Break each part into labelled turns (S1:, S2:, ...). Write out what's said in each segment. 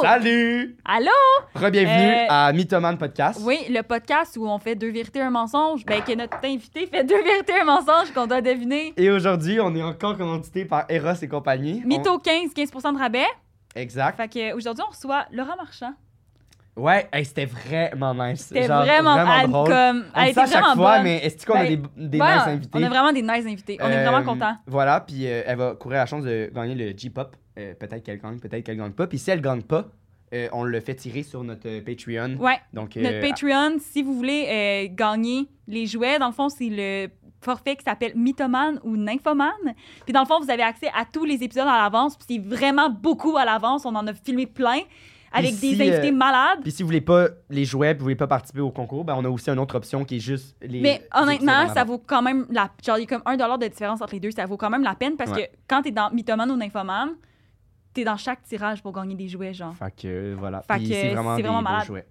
S1: Salut!
S2: Allô?
S1: Re-bienvenue
S2: Oh! Euh,
S1: à Mythoman Podcast.
S2: Oui, le podcast où on fait deux vérités, un mensonge. Ben, que notre invité fait deux vérités, un mensonge qu'on doit deviner.
S1: Et aujourd'hui, on est encore commandité par Eros et compagnie.
S2: Mytho 15, 15 de rabais.
S1: On- Exact.
S2: Fait que euh, aujourd'hui, on reçoit Laura Marchand.
S1: Ouais, hey, c'était vraiment nice.
S2: C'était
S1: Genre,
S2: vraiment, elle,
S1: drôle.
S2: comme,
S1: On
S2: elle
S1: le sait
S2: était
S1: à chaque
S2: vraiment
S1: fois,
S2: bonne.
S1: mais est-ce qu'on a
S2: Ben,
S1: des, des
S2: Ouais,
S1: nice invités?
S2: On a vraiment des nice invités. On est
S1: Euh,
S2: vraiment contents.
S1: Voilà, puis euh, elle va courir la chance de gagner le G-Pop. Euh, peut-être qu'elle gagne, peut-être qu'elle gagne pas. Puis si elle gagne pas, euh, on le fait tirer sur notre euh, Patreon.
S2: Ouais.
S1: Donc, euh,
S2: Notre Patreon, si vous voulez euh, gagner les jouets, dans le fond, c'est le forfait qui s'appelle Mythoman ou Nymphoman. Puis dans le fond, vous avez accès à tous les épisodes à l'avance. Puis c'est vraiment beaucoup à l'avance. On en a filmé plein avec
S1: Ici,
S2: des invités
S1: euh,
S2: malades.
S1: Puis si vous voulez pas les jouets, puis vous voulez pas participer au concours, ben on a aussi une autre option qui est juste les.
S2: Mais honnêtement,
S1: épisodes en
S2: ça
S1: avant.
S2: vaut quand même la genre il y a comme un dollar de différence entre les deux, ça vaut quand même la peine parce
S1: Ouais.
S2: que quand t'es dans Mythoman ou Nymphoman, t'es dans chaque tirage pour gagner des jouets genre.
S1: Fait que euh, voilà.
S2: Fait
S1: Puis
S2: que
S1: c'est vraiment
S2: c'est
S1: des
S2: vraiment
S1: beaux
S2: malade.
S1: jouets.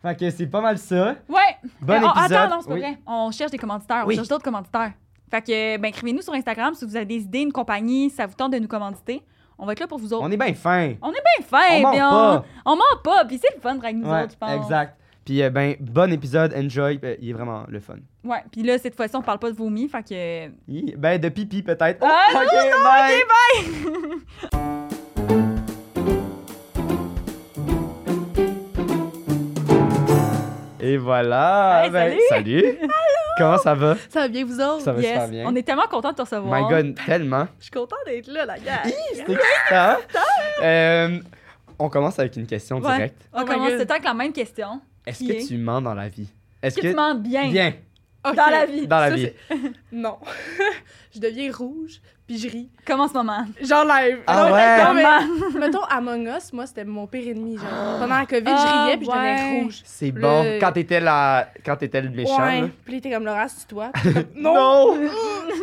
S1: Fait que c'est pas mal ça.
S2: Ouais.
S1: Bon
S2: Euh, oh,
S1: épisode.
S2: attends, non, c'est pas
S1: Oui.
S2: vrai. On cherche des commanditaires.
S1: Oui.
S2: On cherche d'autres commanditaires. Fait que, ben, écrivez-nous sur Instagram si vous avez des idées, une compagnie, si ça vous tente de nous commanditer. On va être là pour vous autres.
S1: On est bien fin.
S2: On est fin,
S1: on ment
S2: bien.
S1: pas.
S2: On ment pas, puis c'est le fun avec nous
S1: Ouais,
S2: autres, je pense.
S1: exact. Puis euh, ben bon épisode, enjoy. Euh, il est vraiment le fun.
S2: Ouais, puis là, cette fois-ci, on parle pas de vomi, fait que. euh,
S1: Hi, Ben de pipi peut-être. Oh,
S2: Ah,
S1: ok, bye. Et voilà.
S2: Hey,
S1: ben, salut. Comment ça va?
S3: Ça va bien, vous autres?
S1: Ça va
S2: yes.
S1: super bien.
S2: On est tellement contents de te recevoir.
S1: My God, tellement.
S3: Je suis contente d'être là, la gars.
S1: C'est excitant. Euh, on commence avec une question
S2: Ouais.
S1: directe.
S2: On
S3: Oh my
S2: commence tout
S3: God.
S2: le temps avec la même question.
S1: Est-ce
S2: Qui
S1: que
S2: est?
S1: tu mens dans la vie? Est-ce
S2: Est-ce que tu mens bien,
S1: Bien,
S3: Ok.
S2: dans la vie?
S1: dans la
S3: Ça,
S1: vie.
S3: Non. je deviens rouge, puis je ris.
S2: Comment en ce moment?
S3: J'enlève.
S1: Ah
S3: Non,
S1: ouais?
S3: non, mais-
S2: Comment?
S3: mettons, Among Us, moi, c'était mon pire ennemi. Genre. Pendant la COVID,
S2: Ah,
S3: je riais, puis je devenais
S2: ouais.
S3: rouge.
S1: C'est
S3: Le-
S1: bon. Quand t'étais la... quand t'étais le méchant. là.
S3: Ouais. Puis là, t'es comme Laura, c'est toi. non!
S1: Non.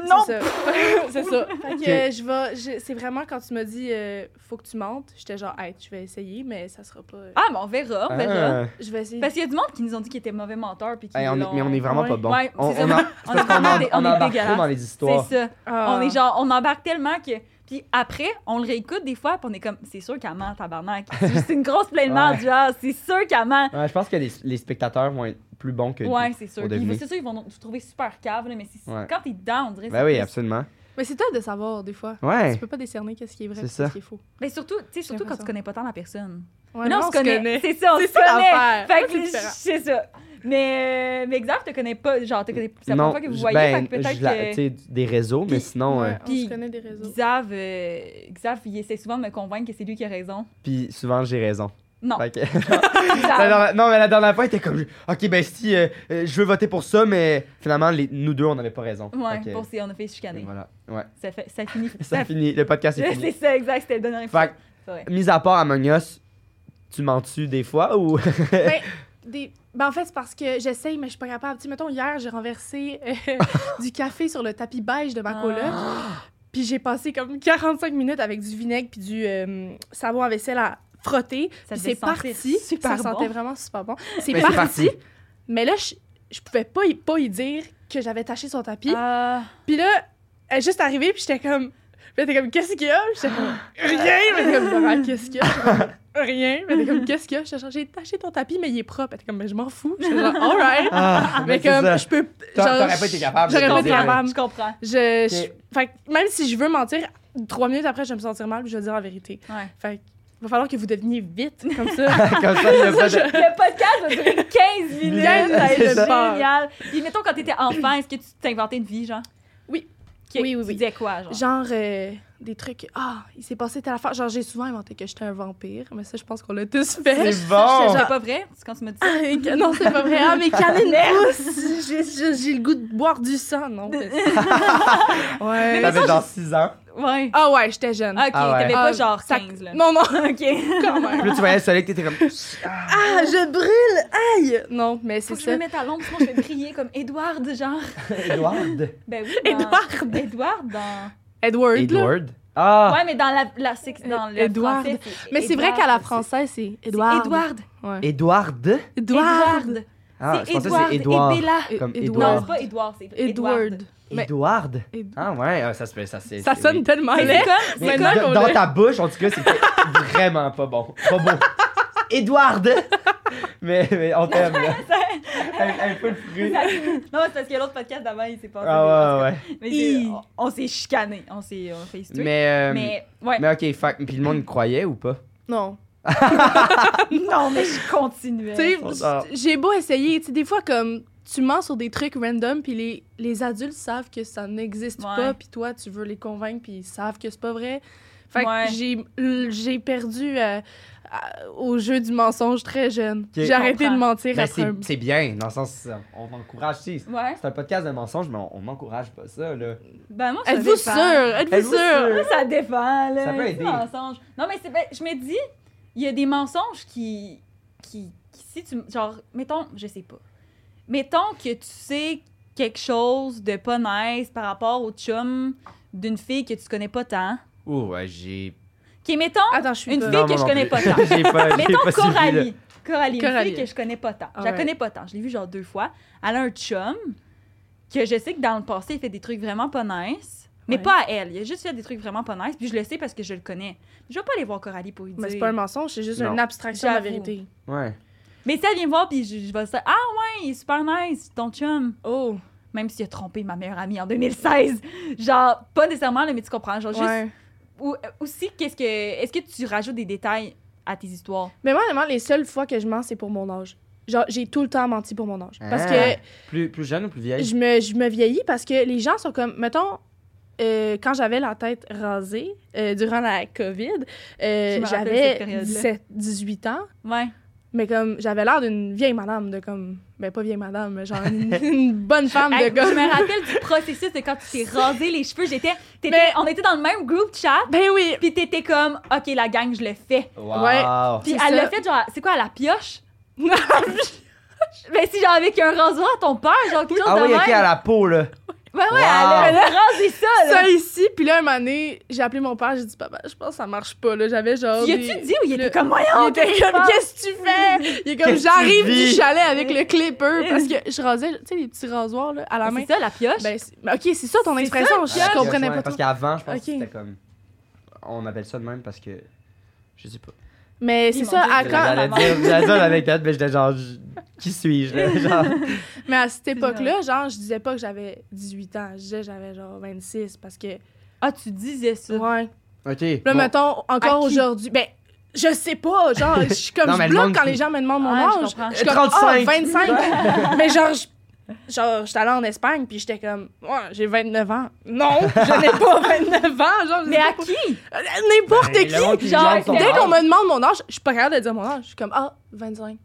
S2: Non.
S3: C'est ça. c'est ça. Fait que euh, je vais. je- C'est vraiment quand tu m'as dit, euh, faut que tu mentes, j'étais genre, hey, je vais essayer, mais ça sera pas.
S2: Ah, mais on verra, on verra.
S1: Ah.
S3: Je vais essayer.
S2: Parce qu'il y a du monde qui nous ont dit qu'ils étaient mauvais menteurs. Puis qu'ils
S1: Hey, on est-
S2: l'ont-
S1: mais on est vraiment
S3: Ouais.
S1: pas bon.
S2: Ouais,
S1: on,
S2: c'est
S1: on
S2: ça.
S1: en-
S2: On
S1: c'est
S2: est
S1: parce qu'on
S2: vraiment des-
S1: en-
S2: on
S1: on
S2: est
S1: embarque trop
S2: dégueulasse.
S1: dans les histoires.
S2: C'est ça.
S3: Ah.
S2: On est genre, on embarque tellement que. Puis après, on le réécoute des fois, puis on est comme, c'est sûr qu'elle ment, tabarnak. C'est juste une grosse plaie de merde,
S1: Ouais.
S2: genre, c'est sûr qu'elle ment.
S1: Ouais, je pense que les, les spectateurs vont être plus bons que
S2: Ouais, c'est sûr.
S1: pour
S2: Ils-
S1: deviner.
S2: C'est sûr, ils vont nous trouver super cave, là, mais c'est-
S1: Ouais.
S2: quand t'es dedans, on dirait.
S1: nous.
S2: c'est
S1: Ben oui,
S2: plus-
S1: absolument.
S3: Mais c'est top de savoir, des fois.
S1: Ouais.
S3: Tu peux pas décerner qu'est-ce qui est vrai,
S1: C'est
S3: puis
S1: ça.
S3: qu'est-ce qui est faux.
S2: Mais Ben, surtout, tu sais, surtout quand tu
S3: l'impression.
S2: connais pas tant la personne.
S3: Ouais,
S2: mais là,
S3: non,
S2: on se
S3: se
S2: connaît.
S3: connaît.
S2: C'est ça, on
S3: C'est
S2: se
S3: ça
S2: connaît.
S3: l'affaire.
S2: Fait
S3: Ça,
S2: que
S3: c'est différent.
S2: c'est ça. Mais, euh, mais Xav, te connais pas. Genre, te connais, c'est la première
S1: non,
S2: fois que vous
S1: je-
S2: voyez.
S1: ben,
S2: fait que peut-être
S1: je la- tu
S2: que.
S1: sais, des réseaux, mais
S2: Puis-
S1: sinon. euh,
S3: Ouais, on
S2: Puis-
S3: se connaît des réseaux.
S2: Xav, euh, Xav, il essaie souvent de me convaincre que c'est lui qui a raison.
S1: Puis souvent, j'ai raison.
S2: Non.
S1: Fait que-
S2: Xav.
S1: La dernière- non, mais la dernière fois, il était comme Ok, ben si, euh, euh, je veux voter pour ça, mais finalement, les- nous deux, on n'avait pas raison.
S2: Ouais,
S1: Fait que-
S2: pour si on a fait
S1: et
S2: chicaner.
S1: Voilà. Ouais.
S2: Ça, fait, ça finit.
S1: Ça finit. Le podcast est
S2: C'est
S1: fini.
S2: ça, exact, c'était le dernier
S1: Fait
S2: C'est vrai.
S1: que, mis à part Among Us, tu mens-tu des fois ou.
S3: Ben, des- ben, en fait, c'est parce que j'essaye, mais je suis pas capable. Tu sais, mettons, hier, j'ai renversé euh, du café sur le tapis beige de ma
S2: Ah.
S3: coloc. Puis j'ai passé comme 45 minutes avec du vinaigre puis du euh, savon à vaisselle à frotter.
S2: Ça
S3: Puis
S2: devait
S3: c'est
S2: sentir
S3: parti.
S2: super
S3: ça sentait
S2: bon.
S3: vraiment super bon. C'est
S1: Mais
S3: parti. Mais là, je, je pouvais pas y, pas y dire que j'avais taché son tapis.
S2: Ah,
S3: Puis là, elle est juste arrivée, puis j'étais comme... Puis elle était comme, qu'est-ce qu'il y a? Puis J'étais comme, rien! Mais elle était comme, Laurent, qu'est-ce qu'il y a? J'étais comme, Rien. Mais elle était comme, qu'est-ce qu'il y a? J'étais genre, j'ai taché ton tapis, mais il est propre. Elle était comme, mais je m'en fous. J'étais genre, alright.
S1: Ah,
S3: Mais
S1: ben, c'est
S3: comme,
S1: ça.
S3: je peux.
S1: T'a-
S3: genre,
S1: t'aurais pas été capable de
S3: J'aurais pas
S1: le
S3: été
S1: dire.
S3: capable.
S2: je comprends.
S3: Je, je-
S1: Ok.
S3: fait que même si je veux mentir, trois minutes après, je vais me sentir mal puis je vais dire la vérité.
S2: Ouais.
S3: Fait que, va falloir que vous deveniez vite, comme ça.
S1: Comme ça, il y a pas de-
S2: Le podcast va durer 15 minutes.
S3: Bien,
S2: ça va
S1: c'est
S2: être
S3: ça.
S2: génial. Puis mettons, quand t'étais enfant, est-ce que tu t'inventais une vie, genre?
S3: Oui.
S2: Ok,
S3: Oui, oui,
S2: Tu
S3: oui.
S2: disais quoi, genre?
S3: genre, euh, des trucs. Ah, il s'est passé telle affaire. Genre, j'ai souvent inventé que j'étais un vampire, mais ça, je pense qu'on l'a tous fait.
S1: C'est bon.
S2: C'était pas vrai, c'est quand tu me dis ça?
S3: Ah, mes ca- non, c'est pas vrai. Ah, mes canines poussent. J'ai- J'ai j'ai le goût de boire du sang, non? c'est ça. ouais.
S1: T'avais genre 6 ans.
S2: Ouais.
S3: Ah, ouais, j'étais jeune.
S2: Ah, ok,
S1: Ah ouais.
S2: t'avais pas
S3: Ah,
S2: genre
S3: ça-
S2: 15, là.
S3: Non, non,
S2: Ok.
S3: quand même.
S1: Puis là, tu voyais le soleil, t'étais comme.
S3: Ah, je brûle! Aïe! Non, mais
S2: Faut
S3: c'est
S2: que je me
S3: ça.
S2: mette à l'ombre, sinon je vais briller comme Edward, genre.
S1: Edward.
S2: Ben oui. dans-
S3: Edward!
S2: Edward dans.
S3: Edward, là.
S1: Edward. Ah!
S2: Ouais, mais dans la. la c'est que dans le
S3: Edward.
S2: français,
S3: Mais c'est vrai qu'à la
S2: Edward,
S3: française, c'est
S2: c'est- c'est
S3: Edward.
S2: Edward.
S3: Ouais.
S1: Edward.
S2: Edward.
S1: Ah,
S2: c'est
S1: je pensais que
S2: Edward
S1: c'est Edouard.
S2: et Bella.
S3: Et-
S1: Comme
S3: E- Edward.
S2: Non,
S1: Edouard.
S2: c'est pas Edward, c'est
S3: Edward.
S2: Edward.
S3: Mais-
S1: Edward.
S3: Ed-
S1: Ah ouais, ah, ça se fait, ça c'est.
S3: Ça
S1: c'est-
S3: sonne
S1: oui.
S3: tellement
S2: C'est
S3: laid.
S2: comme,
S1: Mais
S2: c'est comme,
S1: dans, dans ta bouche, en tout cas, c'était vraiment pas bon. Pas bon. Edward! mais, mais on t'aime, là.
S2: Ça-
S1: Un, un peu de fruit.
S2: non, c'est parce que l'autre podcast d'avant, il s'est passé.
S1: Ah ouais, ouais.
S2: des- Mais c'est-
S3: Hi.
S2: on- on s'est chicané, on s'est on s'est tué.
S1: Mais, euh, mais...
S2: Mais, ouais.
S1: ok, fuck. Puis le monde y croyait ou pas?
S3: Non.
S2: Non, mais je continuais.
S3: Tu sais,
S1: Ils sont dans-
S3: j- j'ai beau essayer. Tu sais, des fois, comme, tu mens sur des trucs random, puis les, les adultes savent que ça n'existe
S2: Ouais.
S3: pas, puis toi, tu veux les convaincre, puis ils savent que c'est pas vrai. Fait
S2: Ouais.
S3: que j'ai- l- j'ai perdu euh, à- au jeu du mensonge très jeune. J'ai arrêté de
S2: Comprends.
S3: mentir
S1: Ben,
S3: après
S1: c'est
S3: un...
S1: c'est bien, dans le sens, euh, on m'encourage, si.
S2: Ouais.
S1: C'est un podcast de mensonges, mais on, on m'encourage pas ça, là.
S2: Ben, moi, ça
S3: Êtes-vous sûr?
S2: dépend.
S3: Êtes-vous
S1: Êtes-vous
S3: sûr?
S1: sûr?
S2: Moi, ça dépend, là.
S1: Ah, Ça peut
S2: C'est
S1: aider.
S2: un mensonge. Non, mais c'est, ben, je me dis, il y a des mensonges qui, qui, qui- Si tu. Genre, mettons, je sais pas. Mettons que tu sais quelque chose de pas nice par rapport au chum d'une fille que tu connais pas tant.
S1: Ouh, ouais, j'ai.
S2: Qui est, mettons,
S3: Attends, je suis
S2: Une
S3: pas-
S2: fille que je connais pas tant.
S1: j'ai pas, j'ai
S2: mettons
S1: pas suivi, là.
S2: Coralie. Coralie, une
S3: Coralie.
S2: fille que je connais pas tant. Je la
S3: Ouais.
S2: connais pas tant. Je l'ai vue genre deux fois. Elle a un chum que je sais que dans le passé, il fait des trucs vraiment pas nice. Mais
S3: Ouais.
S2: pas à elle. Il a juste fait des trucs vraiment pas nice. Puis je le sais parce que je le connais. Je vais pas aller voir Coralie pour lui dire.
S3: Mais c'est pas un mensonge, c'est juste
S1: Non.
S3: une abstraction de la
S2: J'avoue.
S3: vérité.
S1: Ouais.
S2: Mais si elle vient me voir, puis je, je vais dire Ah ouais, il est super nice, ton chum.
S3: Oh,
S2: Même s'il a trompé ma meilleure amie en 2016. Genre, pas nécessairement, là, mais tu comprends. Genre, juste.
S3: ouais.
S2: Ou, aussi, qu'est-ce que. Est-ce que tu rajoutes des détails à tes histoires?
S3: Mais moi, honnêtement, les seules fois que je mens, c'est pour mon âge. Genre, j'ai tout le temps menti pour mon âge. Parce
S1: Ah.
S3: que
S1: Plus, plus jeune ou plus vieille?
S3: je me, je me vieillis parce que les gens sont comme, mettons, euh, quand j'avais la tête rasée euh, durant la COVID, euh,
S2: Je me rappelle cette
S3: j'avais
S2: période-là.
S3: 17, 18 ans.
S2: Ouais.
S3: Mais comme, j'avais l'air d'une vieille madame, de comme, ben pas vieille madame, mais genre une, une bonne femme
S2: Hey,
S3: de
S2: je
S3: comme.
S2: me rappelle du processus de quand tu t'es rasé les cheveux. J'étais, t'étais-
S3: Mais-
S2: on était dans le même group chat,
S3: Ben oui!
S2: puis t'étais comme, ok la gang, je le fais.
S1: Wow. Ah,
S3: Ouais.
S2: Puis
S3: C'est
S2: elle
S3: ça.
S2: l'a fait genre, c'est quoi à la pioche Mais si genre avec un rasoir à ton père, genre quelque chose
S1: Ah
S2: de
S1: oui,
S2: même.
S1: ok, à la peau, là.
S2: Ouais ouais,
S1: Wow.
S2: elle a- elle a rasé ça. Ah, Là.
S3: Ça ici, puis là, un moment donné, j'ai appelé mon père, j'ai dit, papa, je pense que ça marche pas, là. J'avais genre.
S2: Y
S3: des-
S2: a-tu dit Ah, ou il était
S3: le-
S2: comme moyen
S3: Il était comme, qu'est-ce que tu fais? Il est comme,
S1: Qu'est-ce que
S3: j'arrive
S1: tu
S3: du
S1: vis?
S3: chalet avec le clipper parce que je rasais, tu sais, les petits rasoirs là, à la main.
S2: C'est ça la pioche.
S3: Ben, c'est- ben, ok, c'est ça ton
S2: C'est
S3: expression,
S2: ça,
S3: je
S1: Ah,
S3: comprenais
S1: ouais,
S3: pas
S1: Parce
S3: trop.
S1: qu'avant, je pense
S3: Ok.
S1: que c'était comme. On appelle ça de même parce que. Je sais pas.
S3: Mais
S2: Oui,
S3: c'est
S2: mon
S3: ça,
S2: Dieu,
S3: à
S2: c'est
S3: quand-
S1: J'allais dire, j'allais dire avec date, mais j'étais genre. je- Qui suis-je, là? Genre.
S3: mais à cette époque-là, genre, je disais pas que j'avais 18 ans, je disais que j'avais genre 26 parce que.
S2: Ah tu disais ça.
S3: Ouais.
S1: Ok.
S3: Puis Là,
S1: bon.
S3: mettons, encore
S2: qui?
S3: aujourd'hui, ben, je sais pas, genre, je suis comme,
S1: Non, mais
S3: je
S1: le
S3: bloque
S1: monde
S3: quand
S1: qui-
S3: les gens me demandent mon
S2: Ouais, Ah, je
S3: âge.
S2: comprends.
S3: suis comme,
S1: 35.
S3: Ah, 25. mais genre, je. Genre, j'étais allée en Espagne, puis j'étais comme, ouais, j'ai 29 ans. Non, je n'ai pas 29 ans. Genre, je
S2: Mais
S3: sais
S2: à
S3: pas.
S2: qui
S3: Euh, N'importe
S1: Ben,
S3: qui.
S1: le monde qui
S2: genre,
S1: jante son
S3: Dès
S1: âge.
S3: qu'on me demande mon âge, je suis pas capable de dire mon âge. Je suis comme, ah, 25.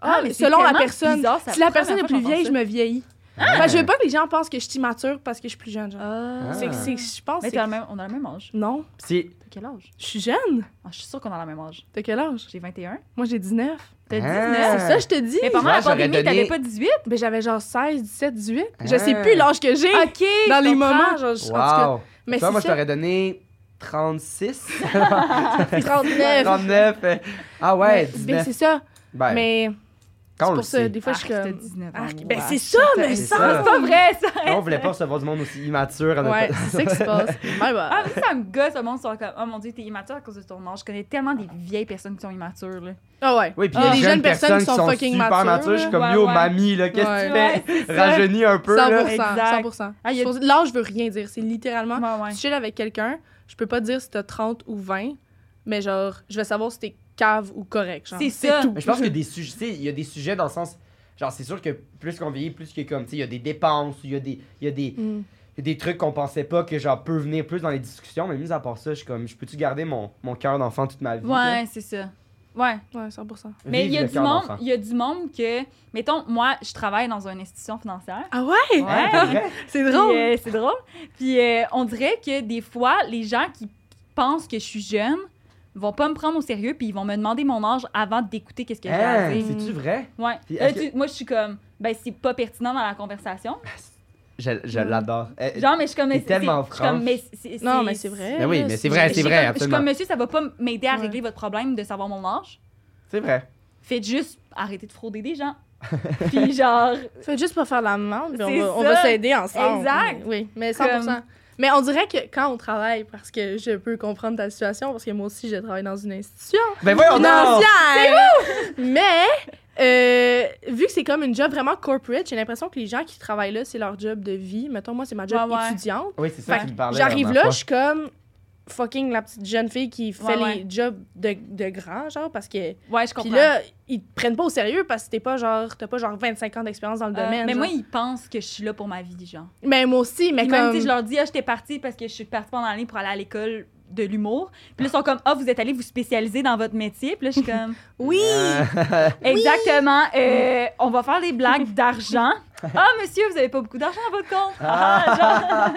S3: Ah, mais
S2: c'est
S3: selon la
S2: tellement
S3: personne.
S2: bizarre, ça
S3: si la
S2: prend
S3: personne est
S2: première fois
S3: plus
S2: que
S3: vieille, je
S2: j'entends
S3: me vieillis.
S1: Ah.
S3: Fait que Ben, je veux pas que les gens pensent que je suis immature parce que je suis plus jeune. Genre.
S2: ça.
S3: C'est,
S1: Ah.
S3: c'est, je pense
S2: Mais
S3: que
S2: t'as le même, on a le même âge.
S3: c'est- Non,
S1: Si.
S2: T'as quel âge
S3: je suis jeune.
S2: Ah, Je suis sûre qu'on a le même âge.
S3: T'as quel âge?
S2: J'ai 21.
S3: Moi, j'ai 19.
S2: T'as
S1: Ah.
S2: 19.
S3: C'est ça, je te dis.
S2: Mais pendant
S1: Ouais,
S2: la
S1: j'aurais
S2: pandémie,
S1: donné-
S2: t'avais pas 18.
S3: Ben, j'avais genre 16, 17, 18. Je
S1: Ah.
S3: sais plus l'âge que j'ai.
S2: OK.
S3: Dans les
S2: je comprends.
S3: moments, genre, je- en tout cas.
S1: Wow.
S3: Mais
S1: Toi,
S3: c'est
S1: moi, je
S3: ça,
S1: t'aurais donné 36,
S3: 39.
S1: 39. euh, Ah ouais,
S3: Ben,
S1: 19.
S3: c'est ça.
S1: Ben,
S3: Mais
S1: quand on
S3: c'est
S1: le
S3: pour ça,
S1: sait.
S3: des fois, je suis
S2: Arc, t'as
S3: comme...
S2: 19 ans,
S3: Arc,
S2: ouais.
S3: ben, c'est ça, mais
S1: C'est
S3: ça!
S1: ça.
S2: C'est pas vrai, ça!
S1: On voulait pas recevoir du monde aussi immature. à notre-
S3: Ouais, c'est ça qui se passe. bah. Bye bye.
S2: Ah, mais ça me gosse, le monde sont comme, oh mon dieu, t'es immature à cause de ton âge. Je connais tellement des vieilles personnes qui sont immatures, là.
S3: Ah ouais.
S1: Oui, puis
S3: Il y a
S1: les
S3: des
S1: jeunes,
S3: jeunes
S1: personnes, qui sont
S3: fucking
S1: super matures,
S3: matures,
S1: je suis
S3: là.
S1: comme
S2: Ouais,
S1: yo
S2: ouais.
S1: mamie là, qu'est-ce que tu
S2: Ouais,
S1: fais Rajeunis un peu là.
S3: 100%.
S2: Exact.
S3: 100%.
S2: Ah, il y a-
S3: Je pense- L'âge veut rien dire. C'est littéralement.
S2: Ouais, ouais.
S3: Si tu chilles avec quelqu'un, je peux pas dire si t'as 30 ou 20, mais genre, je vais savoir si t'es cave ou correct. genre.
S2: C'est ça.
S3: tout.
S1: Mais je pense que des sujets, tu sais, il y a des sujets dans le sens genre c'est sûr que plus qu'on vieillit, plus que comme tu sais, il y a des dépenses, il y a des il y a des
S3: Mm.
S1: il y a des trucs qu'on pensait pas que genre peut venir plus dans les discussions, mais mis à part ça, je suis comme je peux-tu garder mon, mon cœur d'enfant toute ma vie là?
S2: Ouais, c'est ça. Ouais.
S3: Ouais, 100%.
S2: Mais il y,
S1: Vive
S2: a
S1: le
S2: du
S1: cœur
S2: monde,
S1: d'enfant.
S2: il y a du monde que. Mettons, moi, je travaille dans une institution financière.
S3: Ah ouais?
S1: Hein, pour vrai?
S3: C'est
S2: Puis,
S3: drôle.
S2: euh, c'est drôle. Puis euh, on dirait que des fois, les gens qui pensent que je suis jeune vont pas me prendre au sérieux, puis ils vont me demander mon âge avant d'écouter qu'est-ce que j'ai à
S1: Hein,
S2: dire.
S1: c'est-tu vrai
S2: Ouais.
S1: Puis
S2: Là,
S1: est-ce que-
S2: tu- Moi, je suis comme, ben, c'est pas pertinent dans la conversation.
S1: Je, je l'adore. Eh,
S2: Genre, mais je suis comme,
S1: T'es
S2: c'est-
S1: tellement
S2: c'est- je suis comme,
S1: franche.
S2: mais c'est-
S3: Non,
S2: c'est-
S3: mais c'est vrai.
S1: Ben oui,
S3: là,
S1: mais c'est vrai,
S2: Je
S1: c'est
S2: suis
S1: vrai,
S2: comme- Je suis comme,
S1: absolument.
S2: monsieur, ça va pas m'aider à
S3: Ouais.
S2: régler votre problème de savoir mon âge.
S1: C'est vrai.
S2: Faites juste arrêter de frauder des gens. Puis genre,
S3: Faites juste pas faire la demande, puis on
S2: C'est
S3: va, on
S2: ça.
S3: va s'aider ensemble.
S2: Exact.
S3: Oui, mais 100%.
S2: Comme-
S3: Mais on dirait que quand on travaille, parce que je peux comprendre ta situation, parce que moi aussi, je travaille dans une institution
S1: Ben voyons donc!
S3: financière. Mais euh, vu que c'est comme une job vraiment corporate, j'ai l'impression que les gens qui travaillent là, c'est leur job de vie. Mettons, moi, c'est ma job
S2: Ouais, ouais.
S3: étudiante.
S1: Oui, c'est ça
S3: Fait
S1: qui me parlait.
S3: J'arrive
S1: la
S3: là,
S1: dernière
S3: je suis comme fucking la petite jeune fille qui fait
S2: Ouais,
S3: les jobs de, de grand, genre, parce que.
S2: Ouais, je
S3: Puis
S2: comprends.
S3: là, ils te prennent pas au sérieux parce que t'es pas genre, t'as pas genre 25 ans d'expérience dans le
S2: Euh,
S3: domaine.
S2: mais
S3: genre.
S2: moi, ils pensent que je suis là pour ma vie, genre.
S3: Mais Ben, moi aussi, mais
S2: Puis
S3: comme.
S2: même si je leur dis, ah, j'étais partie parce que je suis partie pendant l'année pour aller à l'école de l'humour. Puis là, ils sont comme, ah, vous êtes allé vous spécialiser dans votre métier. Puis là, je suis comme,
S3: Oui!
S1: fois.
S2: exactement, euh, on va faire des blagues d'argent. Ah, monsieur, vous avez pas beaucoup d'argent à votre compte. Ah,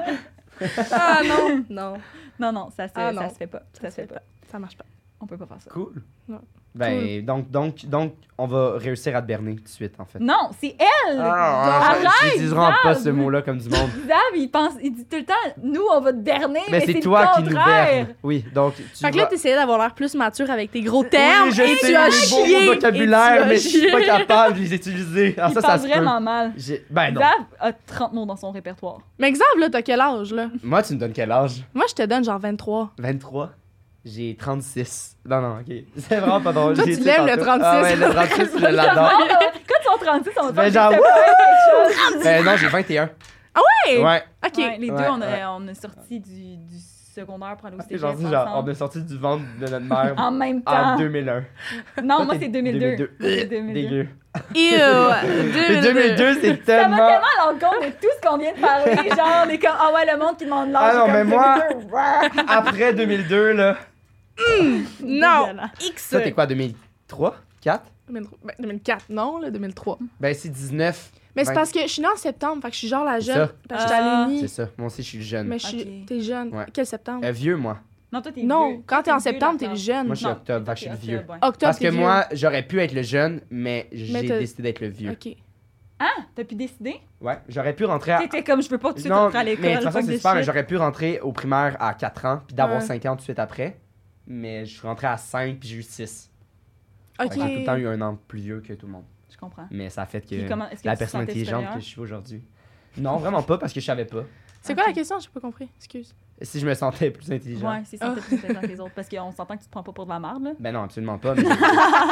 S2: genre.
S3: Ah non! non,
S2: Non, non, ça se,
S3: Ah,
S2: ça
S3: non.
S2: se fait pas. Ça, se fait pas.
S3: ça marche pas.
S2: On peut pas faire ça.
S1: Cool.
S3: Ouais.
S1: Ben, donc, donc, donc, on va réussir à te berner tout de suite, en fait.
S2: Non, c'est elle!
S1: Ah,
S2: Arrête,
S1: J'utiliserai pas
S2: Zab!
S1: ce mot-là comme du monde.
S2: Zab, il, pense, il dit tout le temps, nous, on va te berner, mais,
S1: Mais c'est toi qui nous berne. Oui, donc tu
S3: Fait que là,
S1: vas-
S3: t'essayais d'avoir l'air plus mature avec tes gros
S1: Bah.
S3: termes
S1: Oui, je
S3: et,
S1: sais,
S3: tu as
S1: les beaux
S3: chié,
S1: mots
S3: et tu
S1: vocabulaire,
S3: as
S1: mais je suis
S3: chié.
S1: pas capable de les utiliser. Alors
S2: il
S1: ça, ça
S2: parle
S1: se
S2: vraiment mal.
S1: peut. J'ai- Ben non.
S2: Zab a 30 mots dans son répertoire.
S3: Mais exemple, là, t'as quel âge, là?
S1: Moi, tu me donnes quel âge?
S3: Moi, je te donne genre 23.
S1: 23. J'ai 36. Non, non, OK. C'est vraiment pas drôle.
S3: Toi,
S1: J'ai
S3: tu
S1: été
S3: lèves le
S1: tantôt.
S3: 36.
S1: Ah ouais, le 36, je l'adore.
S2: Quand ils sont 36, on va
S1: Ben
S2: faire
S1: genre,
S2: quelque chose.
S1: Ben non, j'ai 21.
S3: Ah ouais?
S1: Ouais.
S3: OK.
S2: Ouais, les deux,
S1: Ouais,
S2: on, a,
S1: ouais.
S2: on a sorti du, du secondaire pour aller au
S1: C'est
S2: cégep
S1: genre,
S2: ensemble.
S1: genre, on Ah, est sorti du ventre de notre mère
S3: Ah,
S2: En même temps.
S1: en 2001.
S2: Non,
S1: Toi,
S2: moi,
S1: t'es
S2: c'est 2002.
S1: 2002.
S2: C'est 2002.
S1: Dégueu.
S3: Ew,
S1: Mais
S3: 2002.
S1: 2002, c'est
S2: Ça va
S1: tellement...
S2: tellement à l'encontre de tout ce qu'on vient de parler. Genre, on est comme, ah ouais, le monde qui demande l'âge.
S1: Ah non,
S2: comme
S1: mais moi-
S2: 2002, ouais.
S1: Après 2002, là...
S3: Non!
S2: Dégueulasse.
S3: X!
S1: Ça, t'es quoi, 2003? 4?
S3: 2003. Ben, 2004, non, là, 2003.
S1: Ben, c'est 19.
S3: Mais c'est
S1: Ben-
S3: parce que je suis née en septembre, fait que je suis genre la
S1: C'est
S3: jeune.
S1: ça.
S3: Parce que je suis à
S2: Ah.
S1: C'est
S3: l'UNI.
S1: ça. Moi aussi, je suis jeune.
S3: Mais je suis...
S2: Ok.
S3: T'es jeune.
S1: Ouais.
S3: Quel septembre?
S1: Euh, vieux, moi.
S2: Non, toi, t'es
S3: non,
S2: vieux.
S3: quand t'es en
S2: vieux,
S3: septembre, t'es
S2: d'accord.
S3: jeune.
S1: Moi, je suis
S2: Non,
S1: octobre,
S2: toi,
S1: fait que je
S2: t'es
S1: suis vieux.
S2: octobre, ouais.
S3: Octobre,
S1: Parce
S3: t'es
S1: que
S3: vieux.
S1: moi, j'aurais pu être le jeune, mais j'ai
S3: t'as-
S1: décidé d'être le vieux.
S3: OK.
S2: Ah, t'as pu décider?
S1: Ouais, j'aurais pu rentrer à...
S2: T'étais comme, je veux pas tout de suite
S1: Non,
S2: rentrer à l'école.
S1: mais de toute
S2: fuck
S1: façon, c'est
S2: this
S1: super, mais
S2: shit.
S1: j'aurais pu rentrer au primaire à 4 ans, puis d'avoir
S3: Ouais.
S1: 5 ans tout de suite après. Mais je suis rentré à 5, puis j'ai eu 6.
S3: OK.
S1: J'ai tout le temps eu un an plus vieux que tout le monde.
S2: Je comprends.
S1: Mais ça a fait que
S2: Puis comment- est-ce que
S1: la
S2: tu te
S1: personne
S2: sentais
S1: intelligente
S2: supérieure?
S1: que je suis aujourd'hui... Non, vraiment pas, parce que je savais pas.
S3: C'est quoi la
S2: Ok.
S3: question? J'ai pas compris. Excuse.
S1: Si je me sentais plus intelligent.
S2: Ouais, c'est ça, t'es plus intelligent que les autres. Parce qu'on s'entend que tu te prends pas pour de la marde, là.
S1: Ben non, absolument pas. mais-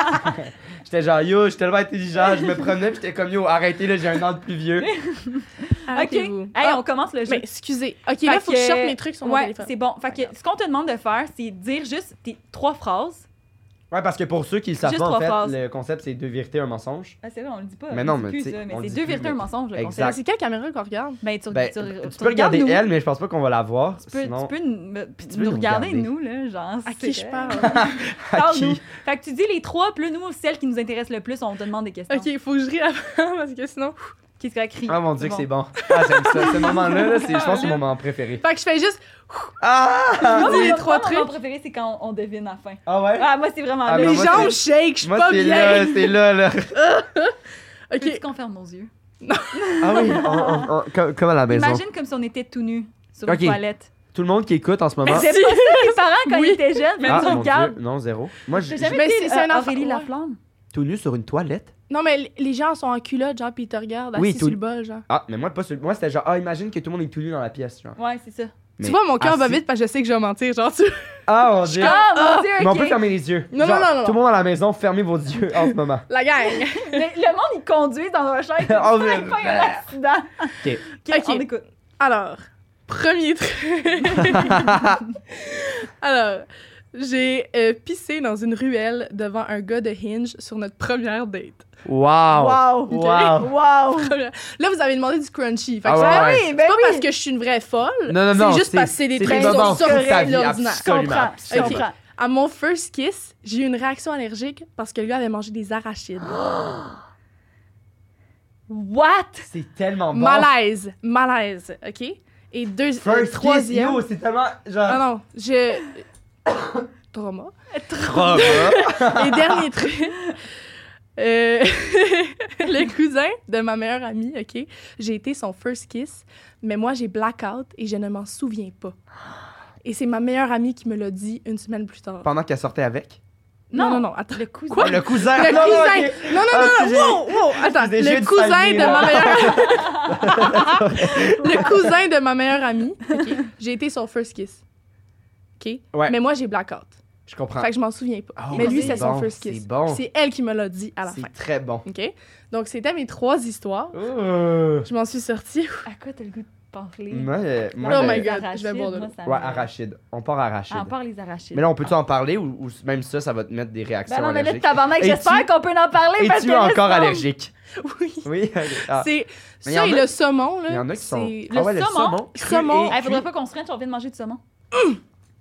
S1: j'étais genre, yo, je suis tellement intelligent, je me promenais, puis j'étais comme, yo, arrêtez, là, j'ai un an de plus vieux.
S2: OK.
S3: Arrêtez-vous.
S2: Hey,
S3: Ah,
S2: on commence le jeu.
S3: Mais excusez. OK,
S2: Fait
S3: là, faut que je
S2: que-
S3: sorte mes trucs sur mon
S2: ouais,
S3: téléphone.
S2: c'est bon. Fait que ce qu'on te demande de faire, c'est dire juste tes trois phrases.
S1: Ouais, parce que pour ceux qui le savent
S2: Juste
S1: pas, en
S2: trois
S1: fait,
S2: phrases.
S1: le concept, c'est deux vérités, un mensonge.
S2: Ah, c'est vrai, on le dit pas.
S1: Mais
S2: on
S1: non,
S2: le dit
S1: mais
S2: plus,
S1: tu sais,
S2: là,
S1: on
S2: Mais c'est
S1: dit
S2: deux
S1: plus,
S2: vérités,
S1: mais-
S2: un mensonge, le
S1: Exact.
S2: concept.
S3: Mais C'est quelle caméra qu'on regarde?
S2: Ben, tu,
S1: Ben,
S2: tu- tu
S1: tu, peux regarder
S2: regardes
S1: elle, mais je pense pas qu'on va la voir.
S2: nous. Tu peux,
S1: sinon,
S2: tu peux nous,
S1: tu peux
S2: nous
S1: nous
S2: regarder,
S1: regarder.
S2: nous, là, genre.
S3: À
S2: c'est
S3: qui je
S2: vrai.
S3: parle?
S1: à
S2: parle-nous.
S1: qui
S2: Fait que tu dis les trois, puis là, nous, celle qui nous intéresse le plus, on te demande des questions.
S3: OK, faut que je rie avant parce que sinon.
S2: Qu'est-ce qu'elle crie?
S1: Ah mon dieu, que c'est bon. Ah, j'aime ça. Ce moment-là, là, c'est- je pense que c'est mon moment préféré.
S3: Fait que je fais juste.
S1: Ah
S2: Moi,
S3: Dis
S2: mon-
S3: les
S2: moi,
S3: trois
S2: Mon
S3: trucs.
S2: moment préféré, c'est quand on devine la fin.
S1: Ah ouais?
S2: Ah, moi, c'est vraiment
S1: Ah,
S2: là.
S1: mais
S3: Mes
S1: moi,
S3: jambes
S1: c'est-
S3: shake, je suis
S1: Moi,
S3: pas
S1: c'est
S3: bien.
S1: là, c'est là, là.
S2: Peux-tu
S3: OK.
S2: qu'on ferme nos yeux?
S1: Ah oui, on- on- on- comme, comme à la maison.
S2: Imagine comme si on était tout nus sur
S1: Ok.
S2: une toilette.
S1: Tout le monde qui écoute en ce moment.
S2: C'est pas ça tes parents quand
S3: Oui.
S2: ils étaient jeunes, mais
S1: Ah,
S2: tu
S1: mon
S2: regardes.
S1: Dieu. Non, zéro. Moi,
S2: J'ai
S1: j'ai
S2: jamais
S3: Ben,
S2: été
S3: c'est- c'est un
S2: euh,
S3: enfant,
S2: Aurélie
S3: ouais.
S2: Laflamme.
S1: tout nu sur une toilette.
S3: Non, mais l- les gens sont en culotte, genre, pis ils te regardent
S1: Oui,
S3: assis
S1: tout-
S3: sur le bol, genre.
S1: Ah, mais moi, pas sur... moi c'était genre, ah, imagine que tout le monde est tout nu dans la pièce. Genre.
S2: Ouais, c'est ça.
S1: Mais
S3: Tu vois, mon cœur va
S1: assis-
S3: vite parce que je sais que je vais mentir, genre, tu.
S1: Ah, mon dieu.
S2: Ah, mon
S3: Ah,
S2: Dieu,
S1: Mais on
S2: ok.
S1: peut fermer les yeux.
S3: Non, non, non, non,
S1: Tout le monde à la maison, fermez vos yeux en ce moment.
S3: La gang!
S2: Mais le monde, il conduit dans un char. Il fait
S1: On
S2: pas
S1: veut-
S2: un accident.
S1: Oh, Ok.
S2: Ok, on
S3: Ok.
S2: écoute.
S3: Alors, premier truc. Alors, j'ai euh, pissé dans une ruelle devant un gars de Hinge sur notre première date.
S1: Wow.
S2: Wow.
S1: Wow. Wow.
S3: Première- Là, vous avez demandé du crunchy. Fait que
S1: Ah ouais,
S3: c'est-
S2: Ben oui,
S1: ouais.
S2: ben
S3: c'est pas parce
S2: oui.
S3: que je suis une vraie folle.
S1: Non, non, non.
S3: C'est juste parce que c'est des trucs qui
S1: moments
S3: sont
S1: fous de ta
S3: sortis
S1: vie,
S3: de l'ordinaire.
S2: Je comprends.
S1: Absolument.
S2: Je
S3: Ok.
S2: comprends.
S3: À mon first kiss, j'ai eu une réaction allergique parce que le gars avait mangé des arachides.
S1: Ah
S2: What?
S1: C'est tellement bon.
S3: Malaise, malaise, ok? Et deux, euh,
S1: First
S3: troisième.
S1: kiss, yo, c'est tellement
S3: Ah
S1: genre
S3: non, je. Trauma.
S1: trop
S3: Et dernier truc. euh, le cousin de ma meilleure amie, OK? J'ai été son first kiss, mais moi, j'ai blackout et je ne m'en souviens pas. Et c'est ma meilleure amie qui me l'a dit une semaine plus tard.
S1: pendant qu'elle sortait avec. Ah,
S3: Non, non,
S2: Non.
S3: non, attends.
S2: Le cousin.
S3: Quoi?
S1: Le cousin.
S3: Le
S1: Non, non,
S3: cousin.
S1: ok.
S3: Non, non,
S1: Ah,
S3: non,
S1: j'ai-
S3: non, wow, wow, attends.
S1: des jeux
S3: Le
S1: de
S3: cousin
S1: famille,
S3: de ma
S1: là.
S3: meilleure Le cousin de ma meilleure amie. OK. J'ai été son first kiss. OK?
S1: Ouais.
S3: Mais moi, j'ai blackout.
S1: Je comprends.
S3: Fait que je m'en souviens pas.
S1: Oh,
S3: mais lui,
S2: c'est
S3: c'est son
S1: bon,
S3: first
S1: c'est
S3: kiss.
S1: bon.
S3: C'est elle qui me l'a dit à la fin.
S1: C'est très bon.
S3: OK? Donc, c'était mes trois histoires.
S1: Ouh.
S3: Je m'en suis sortie.
S2: À quoi t'as le goût de parler?
S1: Moi, euh, moi,
S3: Oh
S1: le-
S3: my God, je vais boire de
S2: Moi,
S3: l'eau.
S2: ça me-
S1: Ouais, arachide. On part à arachide.
S2: Ah, on part les arachides.
S1: Mais là, on peut-tu en parler ou, ou même ça, ça va te mettre des réactions
S2: Ben non, mais là,
S1: allergiques?
S2: tabarnak,
S1: Es-tu-
S2: j'espère qu'on peut en parler parce que
S1: Es-tu
S2: là,
S1: encore
S2: ça-
S1: allergique?
S3: Oui.
S1: Oui. Ah.
S3: C'est
S1: Mais il y en
S3: ça et
S1: a-
S3: le saumon, là.
S1: Il y en a qui sont. Ah
S3: c'est-
S2: le saumon.
S1: cru
S3: Saumon.
S1: et
S2: Hey, faudrait
S1: cuit.
S2: pas qu'on se french, on vient de manger du saumon.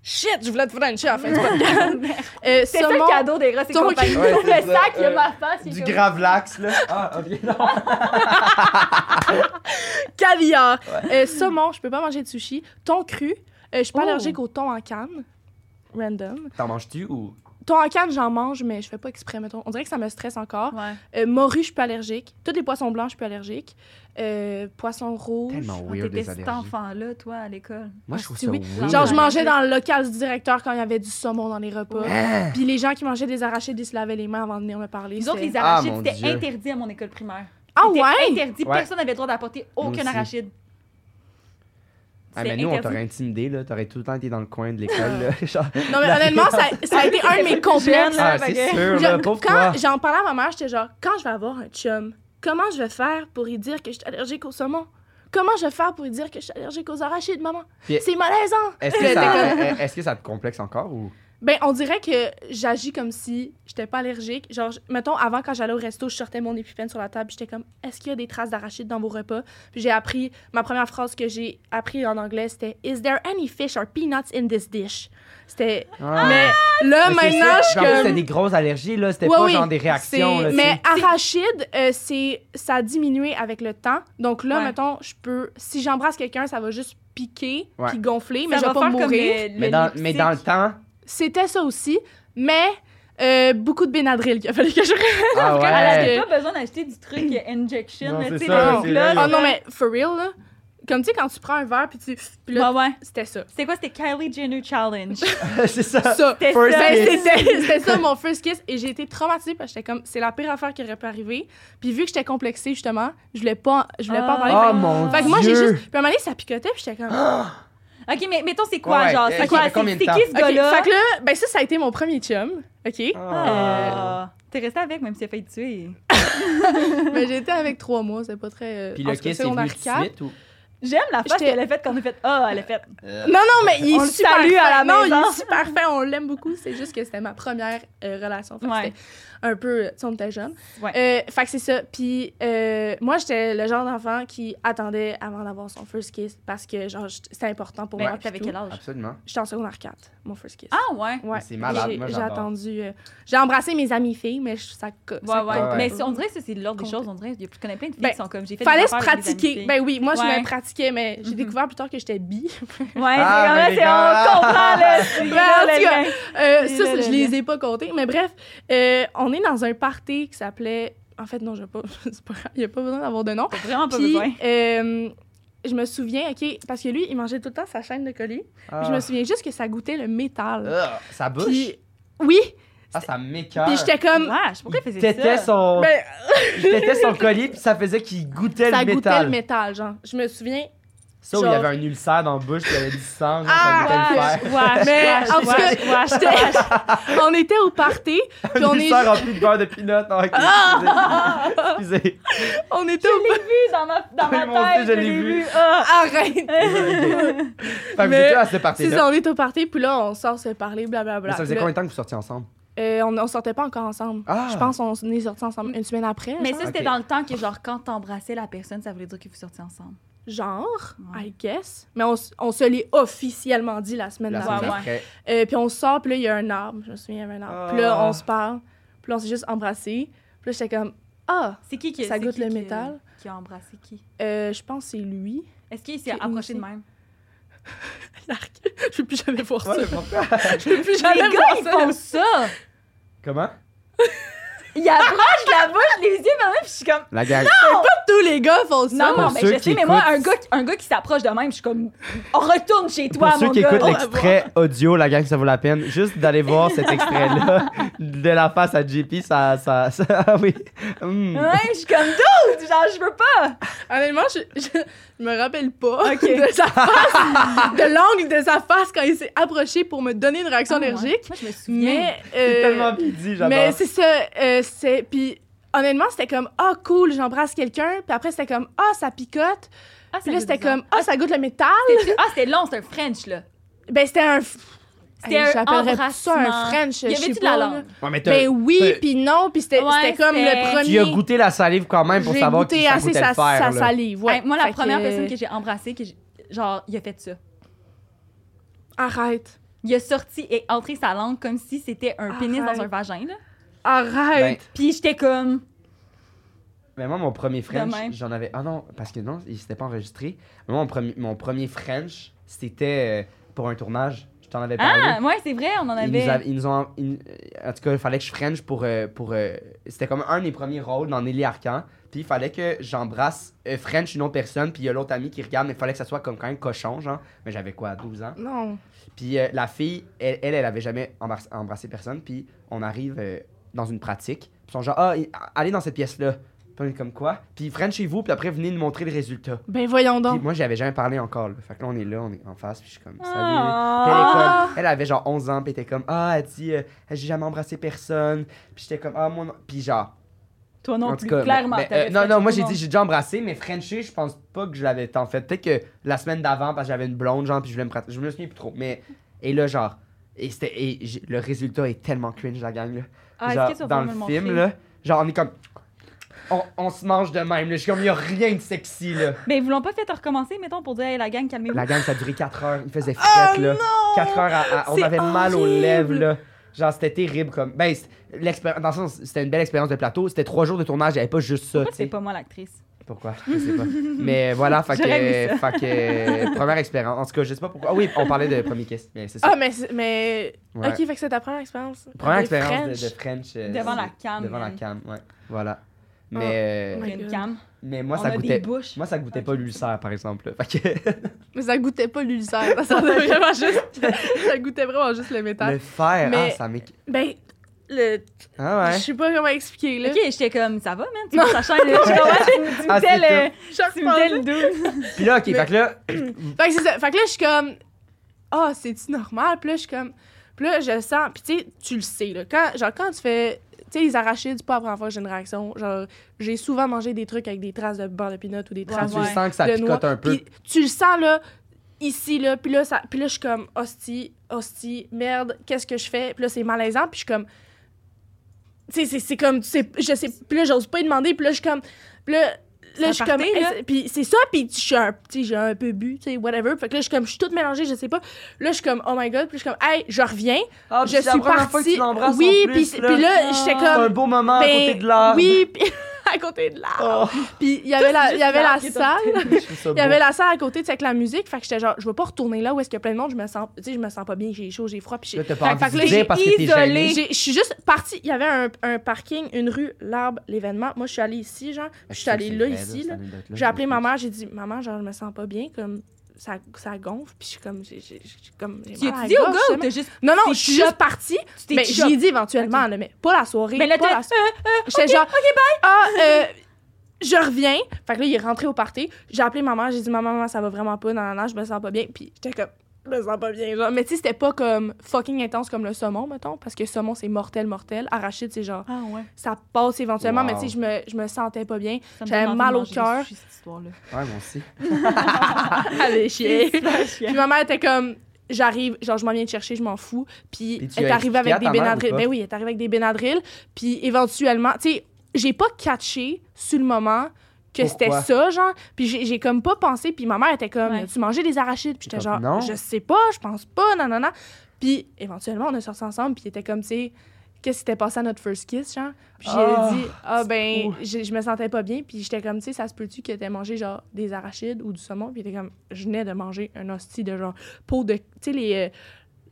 S3: Shit, je voulais te frencher en fait.
S2: c'est
S3: Euh,
S2: ça
S3: saumon-
S2: le cadeau des Ross et
S3: Saumon-
S2: compagnie.
S1: Ouais, c'est
S2: le
S1: ça,
S2: sac, il y a
S1: euh,
S2: ma face. il est
S1: Du
S2: comme-
S1: gravlax, là. Ah, ok, non.
S3: Caviar. Euh, saumon, je peux pas manger de sushi. Thon cru. Euh, je suis pas
S2: Oh.
S3: allergique au thon en canne. Random.
S1: T'en manges-tu ou.
S3: Thon en canne, j'en mange, mais je fais pas exprès, mettons. On dirait que ça me stresse encore.
S2: Ouais.
S3: Euh, morue, je suis pas allergique. Tous les poissons blancs, je suis pas allergique. Euh, poisson rouge.
S1: Tellement
S2: Oh,
S1: weird
S2: T'étais
S1: des
S2: cet
S1: allergies.
S2: enfant-là, toi, à l'école.
S1: Moi, je
S3: Ah,
S1: trouve
S3: si,
S1: ça
S3: oui.
S1: weird.
S3: Genre, je
S2: mange-
S3: mangeais dans le local du directeur quand il y avait du saumon dans les repas.
S1: Hein?
S3: Puis les gens qui mangeaient des arachides, ils se lavaient les mains avant de venir me parler.
S2: Nous autres,
S3: C'était-
S2: les
S1: Ah,
S2: arachides,
S1: mon
S2: c'était
S1: Dieu.
S2: interdit à mon école primaire.
S3: Ah
S2: C'était
S3: ouais?
S2: interdit.
S1: Ouais.
S2: Personne n'avait le droit d'apporter
S1: Moi
S2: aucun
S1: aussi.
S2: arachide.
S1: Ah, mais
S2: C'était
S1: nous, on
S2: interdit.
S1: t'aurait intimidé, là. T'aurais tout le temps été dans le coin de l'école, là. Genre-
S3: Non, mais honnêtement, ça, ça a été un de mes complexes.
S2: là,
S1: Ah,
S2: fait
S1: c'est
S2: que-
S1: sûr,
S3: Je-
S1: là. Pauvre toi.
S3: quand j'en parlais à ma mère, j'étais genre, quand je vais avoir un chum, comment je vais faire pour lui dire que je suis allergique au saumon? Comment je vais faire pour lui dire que je suis allergique aux arachides, maman?
S1: Puis-
S3: C'est malaisant!
S1: Est-ce que,
S3: J'étais
S1: ça,
S3: comme-
S1: est- est-ce que ça te complexe encore ou.
S3: Ben, on dirait que j'agis comme si j'étais pas allergique. Genre, je- mettons, avant, quand j'allais au resto, je sortais mon épipène sur la table, puis j'étais comme, est-ce qu'il y a des traces d'arachides dans vos repas? Puis j'ai appris, ma première phrase que j'ai appris en anglais, c'était, Is there any fish or peanuts in this dish? C'était.
S1: Ah, mais
S3: Là,
S1: c'est
S3: maintenant,
S1: sûr,
S3: je suis
S1: genre,
S3: comme.
S1: C'était des grosses allergies, là. C'était
S3: Ouais,
S1: pas
S3: oui,
S1: genre des réactions,
S3: c'est-
S1: là.
S3: Mais
S1: tu
S3: arachide, euh, c'est ça a diminué avec le temps. Donc là,
S2: Ouais.
S3: mettons, je peux, si j'embrasse quelqu'un, ça va juste piquer
S1: Ouais.
S3: puis gonfler,
S2: Ça
S3: mais je vais
S2: va
S3: pas
S2: faire comme
S3: mourir.
S2: le-
S1: sais.
S2: le
S1: Mais dans,
S2: lipstick.
S1: mais dans le temps. ah
S3: C'était ça aussi, mais euh, beaucoup de Benadryl qu'il a fallu que je.
S1: Ah
S2: Elle
S1: ouais.
S2: avait pas besoin d'acheter du truc euh, injection,
S1: Non,
S2: là,
S1: c'est
S2: tu sais,
S1: ça,
S2: le
S3: c'est
S2: gloss,
S1: vrai.
S3: oh
S2: là.
S3: non, mais for real là, comme tu sais quand tu prends un verre puis tu, puis là,
S2: Bah ouais.
S3: c'était ça.
S2: C'était quoi? C'était Kylie Jenner Challenge.
S1: c'est ça.
S3: Ça.
S2: C'était
S1: First
S2: ça.
S3: Ben,
S1: kiss.
S3: c'était c'était ça mon first kiss et j'ai été traumatisée parce que j'étais comme c'est la pire affaire qui aurait pu arriver. Puis vu que j'étais complexée justement, je voulais pas je voulais pas en parler.
S1: Ah,
S3: Fait
S1: Oh, mon
S3: Fait que moi, j'ai
S1: Dieu.
S3: juste. Puis à un moment donné, ça picotait, puis j'étais comme.
S2: OK, mais mettons, c'est quoi,
S1: Ouais,
S2: genre?
S1: euh,
S2: C'est
S1: ok,
S2: quoi?
S1: mais
S2: C'est
S1: combien de
S2: c'est
S1: temps?
S2: qui, ce
S3: OK,
S2: gars-là?
S3: fait que là, ben ça, ça a été mon premier chum. OK?
S1: Ah.
S2: Ah. T'es resté avec, même si t'as failli te tuer.
S3: Mais Ben, j'étais avec trois mois, c'est pas très. euh,
S1: Puis
S3: en
S1: le
S3: tout cas,
S1: kiss est
S3: secondaire
S1: venu tout de
S3: quatre.
S1: suite ou. Euh,
S2: J'aime la face
S3: J'étais-
S2: qu'elle a faite quand on a fait Ah, elle a fait.
S3: Non, non, mais il
S2: On
S3: est
S2: le
S3: super
S2: salue
S3: fin.
S2: à la
S3: Non,
S2: maison.
S3: il est super fin, on l'aime beaucoup. C'est juste que c'était ma première euh, relation. Fait que
S2: Ouais.
S3: c'était un peu. euh, Tu sais, on était jeunes.
S2: Ouais.
S3: Euh, fait que c'est ça. Puis euh, moi, j'étais le genre d'enfant qui attendait avant d'avoir son first kiss parce que, genre, j't- c'était important pour
S2: Mais
S3: moi. puis
S2: Ah, t'avais
S3: tout.
S2: quel âge?
S1: Absolument.
S3: J'étais en secondaire 4, mon first kiss.
S2: Ah, ouais.
S3: Ouais.
S1: C'est malade,
S3: J'ai-
S1: moi,
S3: J'ai
S1: j'adore.
S3: attendu. euh, j'ai embrassé mes amies filles, mais je- ça. co-
S2: Ouais,
S3: ça
S2: ouais.
S1: compte.
S2: Mais c'est- on dirait que ça, c'est l'ordre des
S3: Compte.
S2: choses. On dirait, je connais plein de filles
S3: Ben,
S2: qui sont comme, j'ai fait des
S3: Fallait se
S2: affaires avec des amis
S3: pratiquer.
S2: filles.
S3: Ben oui, moi
S2: Ouais.
S3: je me pratiquais, mais j'ai
S2: Mhm.
S3: découvert plus tard que j'étais bi.
S2: Ouais, c'est
S1: Ah, ben,
S2: comme
S1: les
S2: c'est
S1: gars.
S2: on comprend là. c'est
S3: Ben,
S2: là,
S3: en
S2: le
S3: tout cas,
S2: lien.
S3: Euh,
S2: Et
S3: ça,
S2: là,
S3: c'est-
S2: le
S3: je les ai pas comptés. Mais bref, euh, on est dans un party qui s'appelait. En fait, non, je vais pas. c'est pas grave, Il n'y a pas besoin d'avoir de nom.
S2: T'as vraiment pas
S3: Puis,
S2: besoin.
S3: euh, je me souviens, OK, parce que lui, il mangeait tout le temps sa chaîne de colis.
S1: Ah.
S3: Je me souviens juste que ça goûtait le métal.
S1: Ah, Sa bouche.
S3: Puis, oui,
S1: Ah, ça m'écoeure.
S3: puis j'étais comme.
S2: Wesh, pourquoi il
S1: Il
S2: faisait
S1: tétait
S2: ça?
S1: son,
S3: ben,
S1: il tétait son collier, puis ça faisait qu'il goûtait
S3: ça
S1: le
S3: goûtait
S1: métal.
S3: le métal, genre. Je me souviens.
S1: Ça, où il
S3: Genre-
S1: avait un ulcère dans la bouche, puis il y avait du sang, genre,
S3: Ah,
S1: ça goûtait le fer.
S2: Wesh, wesh,
S3: Mais,
S2: wesh,
S3: en tout cas,
S2: wesh, wesh,
S3: j'étais-
S2: wesh.
S3: on était au party, puis on,
S1: Un
S3: est, Ah!
S1: ulcère rempli de beurre de pinot. Non, ok, excusez.
S3: on était au
S2: Je l'ai vu dans ma, dans
S1: Oui, moi
S2: ma tête.
S1: aussi, je l'ai vu.
S2: Ah.
S3: Arrête!
S1: Excusez. Fait que vous
S3: Mais-
S1: étiez à cette
S3: C'est
S1: partie-là.
S3: ça, on est au party, puis là, on sort se parler, blablabla.
S1: Mais Ah, ça faisait
S3: Puis là,
S1: combien de temps que vous sortiez ensemble?
S3: euh, on, on sortait pas encore ensemble.
S1: Ah.
S3: Je pense qu'on est sortis ensemble une semaine après.
S2: Mais
S3: genre.
S2: ça, c'était
S1: Ok.
S2: dans le temps que, genre, quand t'embrassais la personne, ça voulait dire que vous sortiez ensemble.
S3: Genre,
S2: Ouais.
S3: I guess. Mais on, s- on se l'est officiellement dit la semaine
S1: Ah, La
S3: d'avant.
S1: semaine
S2: ouais.
S1: après.
S3: Euh, puis on sort, puis là, il y a un arbre. Je me souviens, il y avait un arbre. Puis là,
S1: Ah.
S3: on se parle. Puis là, on s'est juste embrassé. Puis là, j'étais comme, ah,
S2: C'est qui qui
S3: Ça
S2: c'est
S3: goûte
S2: qui
S3: le
S2: qui-
S3: métal.
S2: Qui a embrassé qui
S3: euh, je pense que c'est lui.
S2: Est-ce qu'il
S3: Qui
S2: s'est
S3: a
S2: approché de
S3: initié.
S2: même
S3: L'arc. je veux plus jamais voir ça.
S1: Ouais, pourquoi?
S3: Je veux plus
S2: Les
S3: jamais
S2: gars,
S3: voir
S2: ils
S3: ça.
S2: font ça
S1: Comment?
S2: il approche la bouche, les yeux fermés, puis je suis comme.
S1: La gang.
S3: Tous les gars font ça.
S2: Non,
S1: pour
S2: non, mais
S1: ceux
S2: je
S1: qui
S2: sais, mais moi, un
S1: écoutent-
S2: gars, qui- un gars qui s'approche de même, je suis comme. On retourne chez toi,
S1: Pour ceux
S2: mon
S1: qui
S2: gars.
S1: écoutent
S2: Oh,
S1: l'extrait audio, la gang, ça vaut la peine. Juste d'aller voir cet extrait-là de la face à JP, ça. ça, ça- ah oui. Hmm.
S2: Ouais, je suis comme dude, genre je veux pas.
S3: Honnêtement, Ah, je, je, je me rappelle pas
S2: Ok.
S3: de sa face, de l'angle de sa face quand il s'est approché pour me donner une réaction
S2: Ah,
S3: allergique.
S2: Moi je me souviens.
S3: Mais
S1: C'est
S3: euh,
S1: tellement bien dit, j'adore.
S3: mais c'est ça, euh, c'est puis honnêtement, c'était comme ah cool, j'embrasse quelqu'un, puis après c'était comme ah ça picote,
S2: Ah,
S3: puis là c'était comme ah ça goûte le métal.
S2: C'était- Ah, c'était long, c'était un French là.
S3: Ben c'était un f-
S2: C'était
S3: Hey,
S2: un
S3: j'appellerais pas ça un
S2: embrassement.
S3: French,
S2: Il y
S3: je sais
S2: avait-tu de la
S3: pas,
S2: langue?
S3: là.
S1: Ouais, mais t'as-
S3: Ben oui,
S1: t'as-
S3: puis non, puis c'était
S2: Ouais,
S3: c'était comme
S2: c'était-
S3: le premier.
S1: Tu as goûté la salive quand même pour
S3: J'ai
S1: savoir
S3: goûté
S1: qui ça
S3: assez
S1: goûtait
S3: sa,
S1: le fer.
S3: sa
S1: là.
S3: salive, ouais.
S2: Hey, moi, la
S3: Fait
S2: première
S3: que-
S2: personne que j'ai embrassée, que j'ai- genre, il a fait ça.
S3: Arrête,
S2: Il a sorti et entré sa langue comme si c'était un pénis
S3: Arrête.
S2: dans un vagin, là.
S1: Ben,
S3: arrête.
S2: Puis j'étais comme.
S1: Mais moi, mon premier French,
S2: Demain.
S1: j'en avais. Ah non, parce que non, il s'était pas enregistré. Mais moi, mon premier, mon premier French, c'était euh, pour un tournage. Je t'en avais
S2: Ah,
S1: parlé.
S2: ouais, c'est vrai, on en
S1: Ils, nous
S2: avait.
S1: avaient- ils nous ont. ils- euh, en tout cas, il fallait que je French pour. euh, pour euh, c'était comme un des premiers rôles dans Nelly Arcan. Puis il fallait que j'embrasse euh, French une autre personne. Puis il y a l'autre ami qui regarde, mais il fallait que ça soit comme quand même cochon, genre. Mais j'avais quoi, 12 ans?
S3: Non.
S1: Puis euh, la fille, elle, elle, elle avait jamais embar- embrassé personne. Puis on arrive euh, dans une pratique. Puis ils sont genre, ah, i- allez dans cette pièce-là. Puis on est comme quoi. Puis French chez vous, puis après, venez nous montrer le résultat.
S3: Ben voyons
S1: Puis
S3: donc.
S1: moi, j'avais jamais parlé encore. là. Fait que là, on est là, on est en face, puis je suis comme, salut. Puis elle, est comme-
S2: Ah.
S1: elle avait genre 11 ans, puis elle était comme, ah, elle dit, euh, j'ai jamais embrassé personne. Puis j'étais comme, ah, mon. nom- Puis genre,
S2: Toi non
S1: en
S2: plus,
S1: tout cas.
S2: clairement.
S1: mais- mais,
S2: t'avais
S1: euh, non,
S2: fait
S1: non, moi
S2: tout
S1: j'ai
S2: le
S1: dit, j'ai déjà embrassé, mais Frenchie, je pense pas que je l'avais tant fait. Peut-être que la semaine d'avant, parce que j'avais une blonde, genre, puis je voulais me pratiquer. Je me souviens plus trop. Mais, et là, genre, et c'était, et j'ai- le résultat est tellement cringe, la gang, là.
S2: Ah, est-ce
S1: Genre,
S2: que tu vas pouvoir
S1: dans
S2: me
S1: le
S2: le
S1: film,
S2: montrer?
S1: là, genre, on est comme. On, on se mange de même, là. Je suis comme, il y a rien de sexy, là.
S2: monde. Ben, ils voulons pas fait recommencer, mettons, pour dire, hey, la gang, calmez-vous.
S1: La gang, ça durait 4 heures. Il faisait frette,
S2: Oh
S1: là.
S3: Ah,
S1: 4 heures, à- à- on
S2: C'est
S1: avait mal aux
S2: horrible.
S1: lèvres, là. Genre, c'était terrible, comme. Ben, c'est- l'expéri- dans le sens, c'était une belle expérience de plateau. C'était 3 jours de tournage, il n'y avait pas juste ça,
S2: Pourquoi
S1: tu
S2: c'est
S1: sais.
S2: pas moi l'actrice?
S1: Pourquoi? Je sais pas. mais voilà, fait que,
S2: J'aurais aimé
S1: fait que, première expérience. En tout cas, je sais pas pourquoi. Ah oui, on parlait de premier kiss, mais c'est ça.
S3: Ah, mais. c'est- mais...
S1: Ouais.
S3: Ok, fait que c'est ta première expérience.
S1: Première
S3: Des
S1: expérience de- de,
S3: French.
S1: French. euh,
S2: Devant la
S1: c'est-
S2: cam, hein.
S1: Devant la
S2: man.
S1: cam, ouais. Voilà. Mais,
S3: Oh
S2: Il
S3: my
S2: y a une
S3: Oh God.
S2: cam.
S1: mais moi,
S2: on
S1: ça
S2: a
S1: goûtait.
S2: des bouches.
S1: Moi, ça goûtait pas l'ulcère, par exemple. là. Fait que
S3: Mais ça goûtait pas l'ulcère. Ça sentait vraiment juste. ça goûtait vraiment juste le métal.
S1: le fer, ah,
S3: Mais-
S1: ça m'éc...
S3: Ben, le.
S1: Ah ouais.
S3: Je sais pas comment expliquer, là.
S2: Ok, j'étais comme, ça va, man? Tu vois, ça change. Je suis comme, ouais, tu me- tu
S1: Ah,
S2: me tais
S1: c'est
S2: le-
S3: Je
S2: tu me tais le
S3: repense.
S2: doux.
S1: Puis là, ok,
S3: Mais-
S1: fait que là,
S3: Fait que c'est ça. Fait que là, je suis comme. Ah, c'est-tu normal? Puis là, je suis comme. Puis là, je le sens. Puis tu sais, tu le sais, là. Quand, genre, quand tu fais. Tu sais, les arachides, c'est pas la première fois que j'ai une réaction. Genre, j'ai souvent mangé des trucs avec des traces de beurre de pinot ou des
S1: quand
S3: traces
S1: tu
S2: Ah, ouais.
S1: le sens que ça
S3: de
S1: picote
S3: noix.
S1: un peu.
S3: Puis tu le sens, là, ici, là. Puis là, ça, puis là je suis comme, hostie, hostie, merde, qu'est-ce que je fais? Puis là, c'est malaisant. Puis je suis comme, tu sais, c'est- c'est comme, tu sais, je sais, puis là, j'ose pas y demander. Puis là, je suis comme, puis là, là, je suis comme,
S2: partait, là.
S3: eh, c'est- puis c'est ça, puis je suis un, tu sais, j'ai un peu bu, tu sais, whatever. Fait que là, je suis comme, je suis toute mélangée, je sais pas. Là, je suis comme, oh my god, puis je suis comme, hey, je reviens.
S1: Ah, puis
S3: je
S1: c'est la
S3: suis
S1: première fois que tu
S3: partie.
S1: l'embrasses en
S3: oui,
S1: plus,
S3: puis puis là, j'étais
S1: C'est
S3: comme,
S1: un beau moment à côté
S3: ben,
S1: de l'arbre.
S3: Oui, puis à côté de l'arbre.
S1: Oh,
S3: Puis il y avait la, il y avait la salle.
S1: je trouve ça
S3: Il y
S1: beau.
S3: avait la salle à côté, tu sais, avec la musique. Fait que j'étais genre, je veux pas retourner là où est-ce qu'il y a plein de monde. Je me sens, tu sais, je me sens pas bien, j'ai chaud, j'ai froid. Puis j'ai-
S1: Là, t'as
S2: Fait-
S1: pas
S2: fait
S1: envie
S2: que
S1: de
S2: là,
S1: dire
S2: j'ai
S1: parce que t'es gêné.
S2: isolé.
S3: j'ai- je suis juste partie. Il y avait un, un parking, une rue, l'arbre, l'événement. Moi, je suis allée ici,
S2: Ah,
S3: genre. Je suis allée là, ici, là. J'ai appelé ma mère, j'ai dit, maman, genre, je me sens pas bien, comme, ça, ça gonfle. Puis je suis comme, j'ai, j'ai, j'ai- comme, j'ai
S2: Tu
S3: mal à
S2: as
S3: la
S2: dit au
S3: gorge,
S2: gars ou
S3: justement.
S2: t'as juste.
S3: Non, non,
S2: t'es
S3: je suis
S2: chop?
S3: juste partie.
S2: Tu
S3: Mais
S2: t'es
S3: je l'ai dit éventuellement, là, mais pas la soirée.
S2: Mais là, bah.
S3: pas
S2: t'as-
S3: la soirée. J'étais genre, ah, euh, je reviens. Fait que là, il est rentré au party. J'ai appelé maman, j'ai dit, maman, maman, ça va vraiment pas, non, non, non, je me sens pas bien. Puis j'étais comme, je me sens pas bien, genre. Mais tu sais, c'était pas comme fucking intense comme le saumon, mettons, parce que saumon, c'est mortel, mortel. Arachide, c'est genre,
S2: Ah ouais.
S3: ça passe éventuellement, mais
S1: Wow.
S3: tu sais, je me, je me sentais pas bien.
S2: ça me
S3: J'avais
S2: donne envie
S3: mal
S2: de
S3: au
S2: manger
S3: cœur.
S2: des sushis, cette histoire-là.
S1: Ouais, moi aussi.
S3: Allez, chier. Puis
S2: Puis
S3: ma mère était comme j'arrive, genre je m'en viens te chercher, je m'en fous. Puis
S1: Puis tu
S3: elle est
S1: as
S3: arrivée
S1: expliqué
S3: avec
S1: à
S3: des
S1: ta mère ou
S3: Benadryl.
S1: pas?
S3: Ben oui, elle est arrivée avec des Benadryl. Puis éventuellement, tu sais, j'ai pas catché sur le moment que c'était
S1: Pourquoi?
S3: ça, genre. Puis j'ai j'ai comme pas pensé. Puis ma mère était comme
S2: Ouais.
S3: tu mangeais des arachides. Puis j'étais genre
S1: Comme, non.
S3: je sais pas, je pense pas, non non non. Puis éventuellement on est sortis ensemble. Puis était comme tu sais qu'est-ce qui s'était passé à notre first kiss, genre. Puis j'ai
S1: Ah,
S3: dit ah ben
S1: trop.
S3: j'ai- je me sentais pas bien. Puis j'étais comme tu sais ça se peut-tu que t'aies mangé genre des arachides ou du saumon. Puis était comme je venais de manger un hostie de genre peau de. Tu sais, les, euh,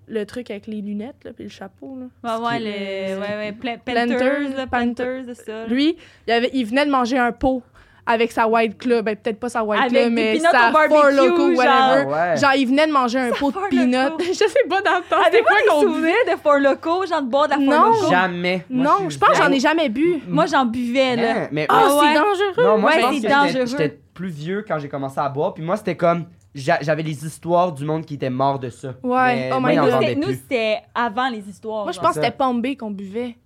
S3: le truc avec les lunettes, là, puis le chapeau, là.
S2: Ouais, ouais, le... ouais, ouais. Pla- Panthers, là, Panthers, c'est ça.
S3: Lui, il, avait- il venait de manger un pot avec sa White Club. Ben, peut-être pas sa White
S2: Avec
S3: Club,
S2: des
S3: mais
S2: peanuts
S3: sa
S2: au barbecue,
S3: Four Loko,
S2: genre.
S1: Ah
S3: whatever.
S1: ouais.
S3: Genre, il venait de manger un pot de
S2: Four Loko.
S3: peanuts. je sais pas dans le temps. C'était
S2: Avez-vous
S3: quoi
S2: des
S3: qu'on buvait?
S2: souvenirs de Four Loko, genre de boire de la Four
S3: Non.
S2: Loko?
S1: Jamais. Moi,
S3: Non, je pense que j'en ai
S1: zéro-
S3: jamais bu.
S2: Moi, j'en buvais, là.
S1: Hein, mais-
S3: Ah,
S2: Ah ouais.
S3: c'est dangereux.
S1: Non, moi,
S2: Ouais,
S1: je pense
S2: c'est
S1: que j'étais-
S2: dangereux.
S1: j'étais plus vieux quand j'ai commencé à boire. Puis moi, c'était comme. j'a- J'avais les histoires du monde qui était mort de ça.
S3: Ouais.
S1: Mais
S3: Oh my
S1: moi, il en
S3: God.
S2: Nous,
S1: vendait
S2: c'était- nous,
S1: plus.
S2: c'était avant les histoires.
S3: Moi, je
S2: genre.
S3: pense que
S1: ça.
S3: c'était Pombé qu'on buvait.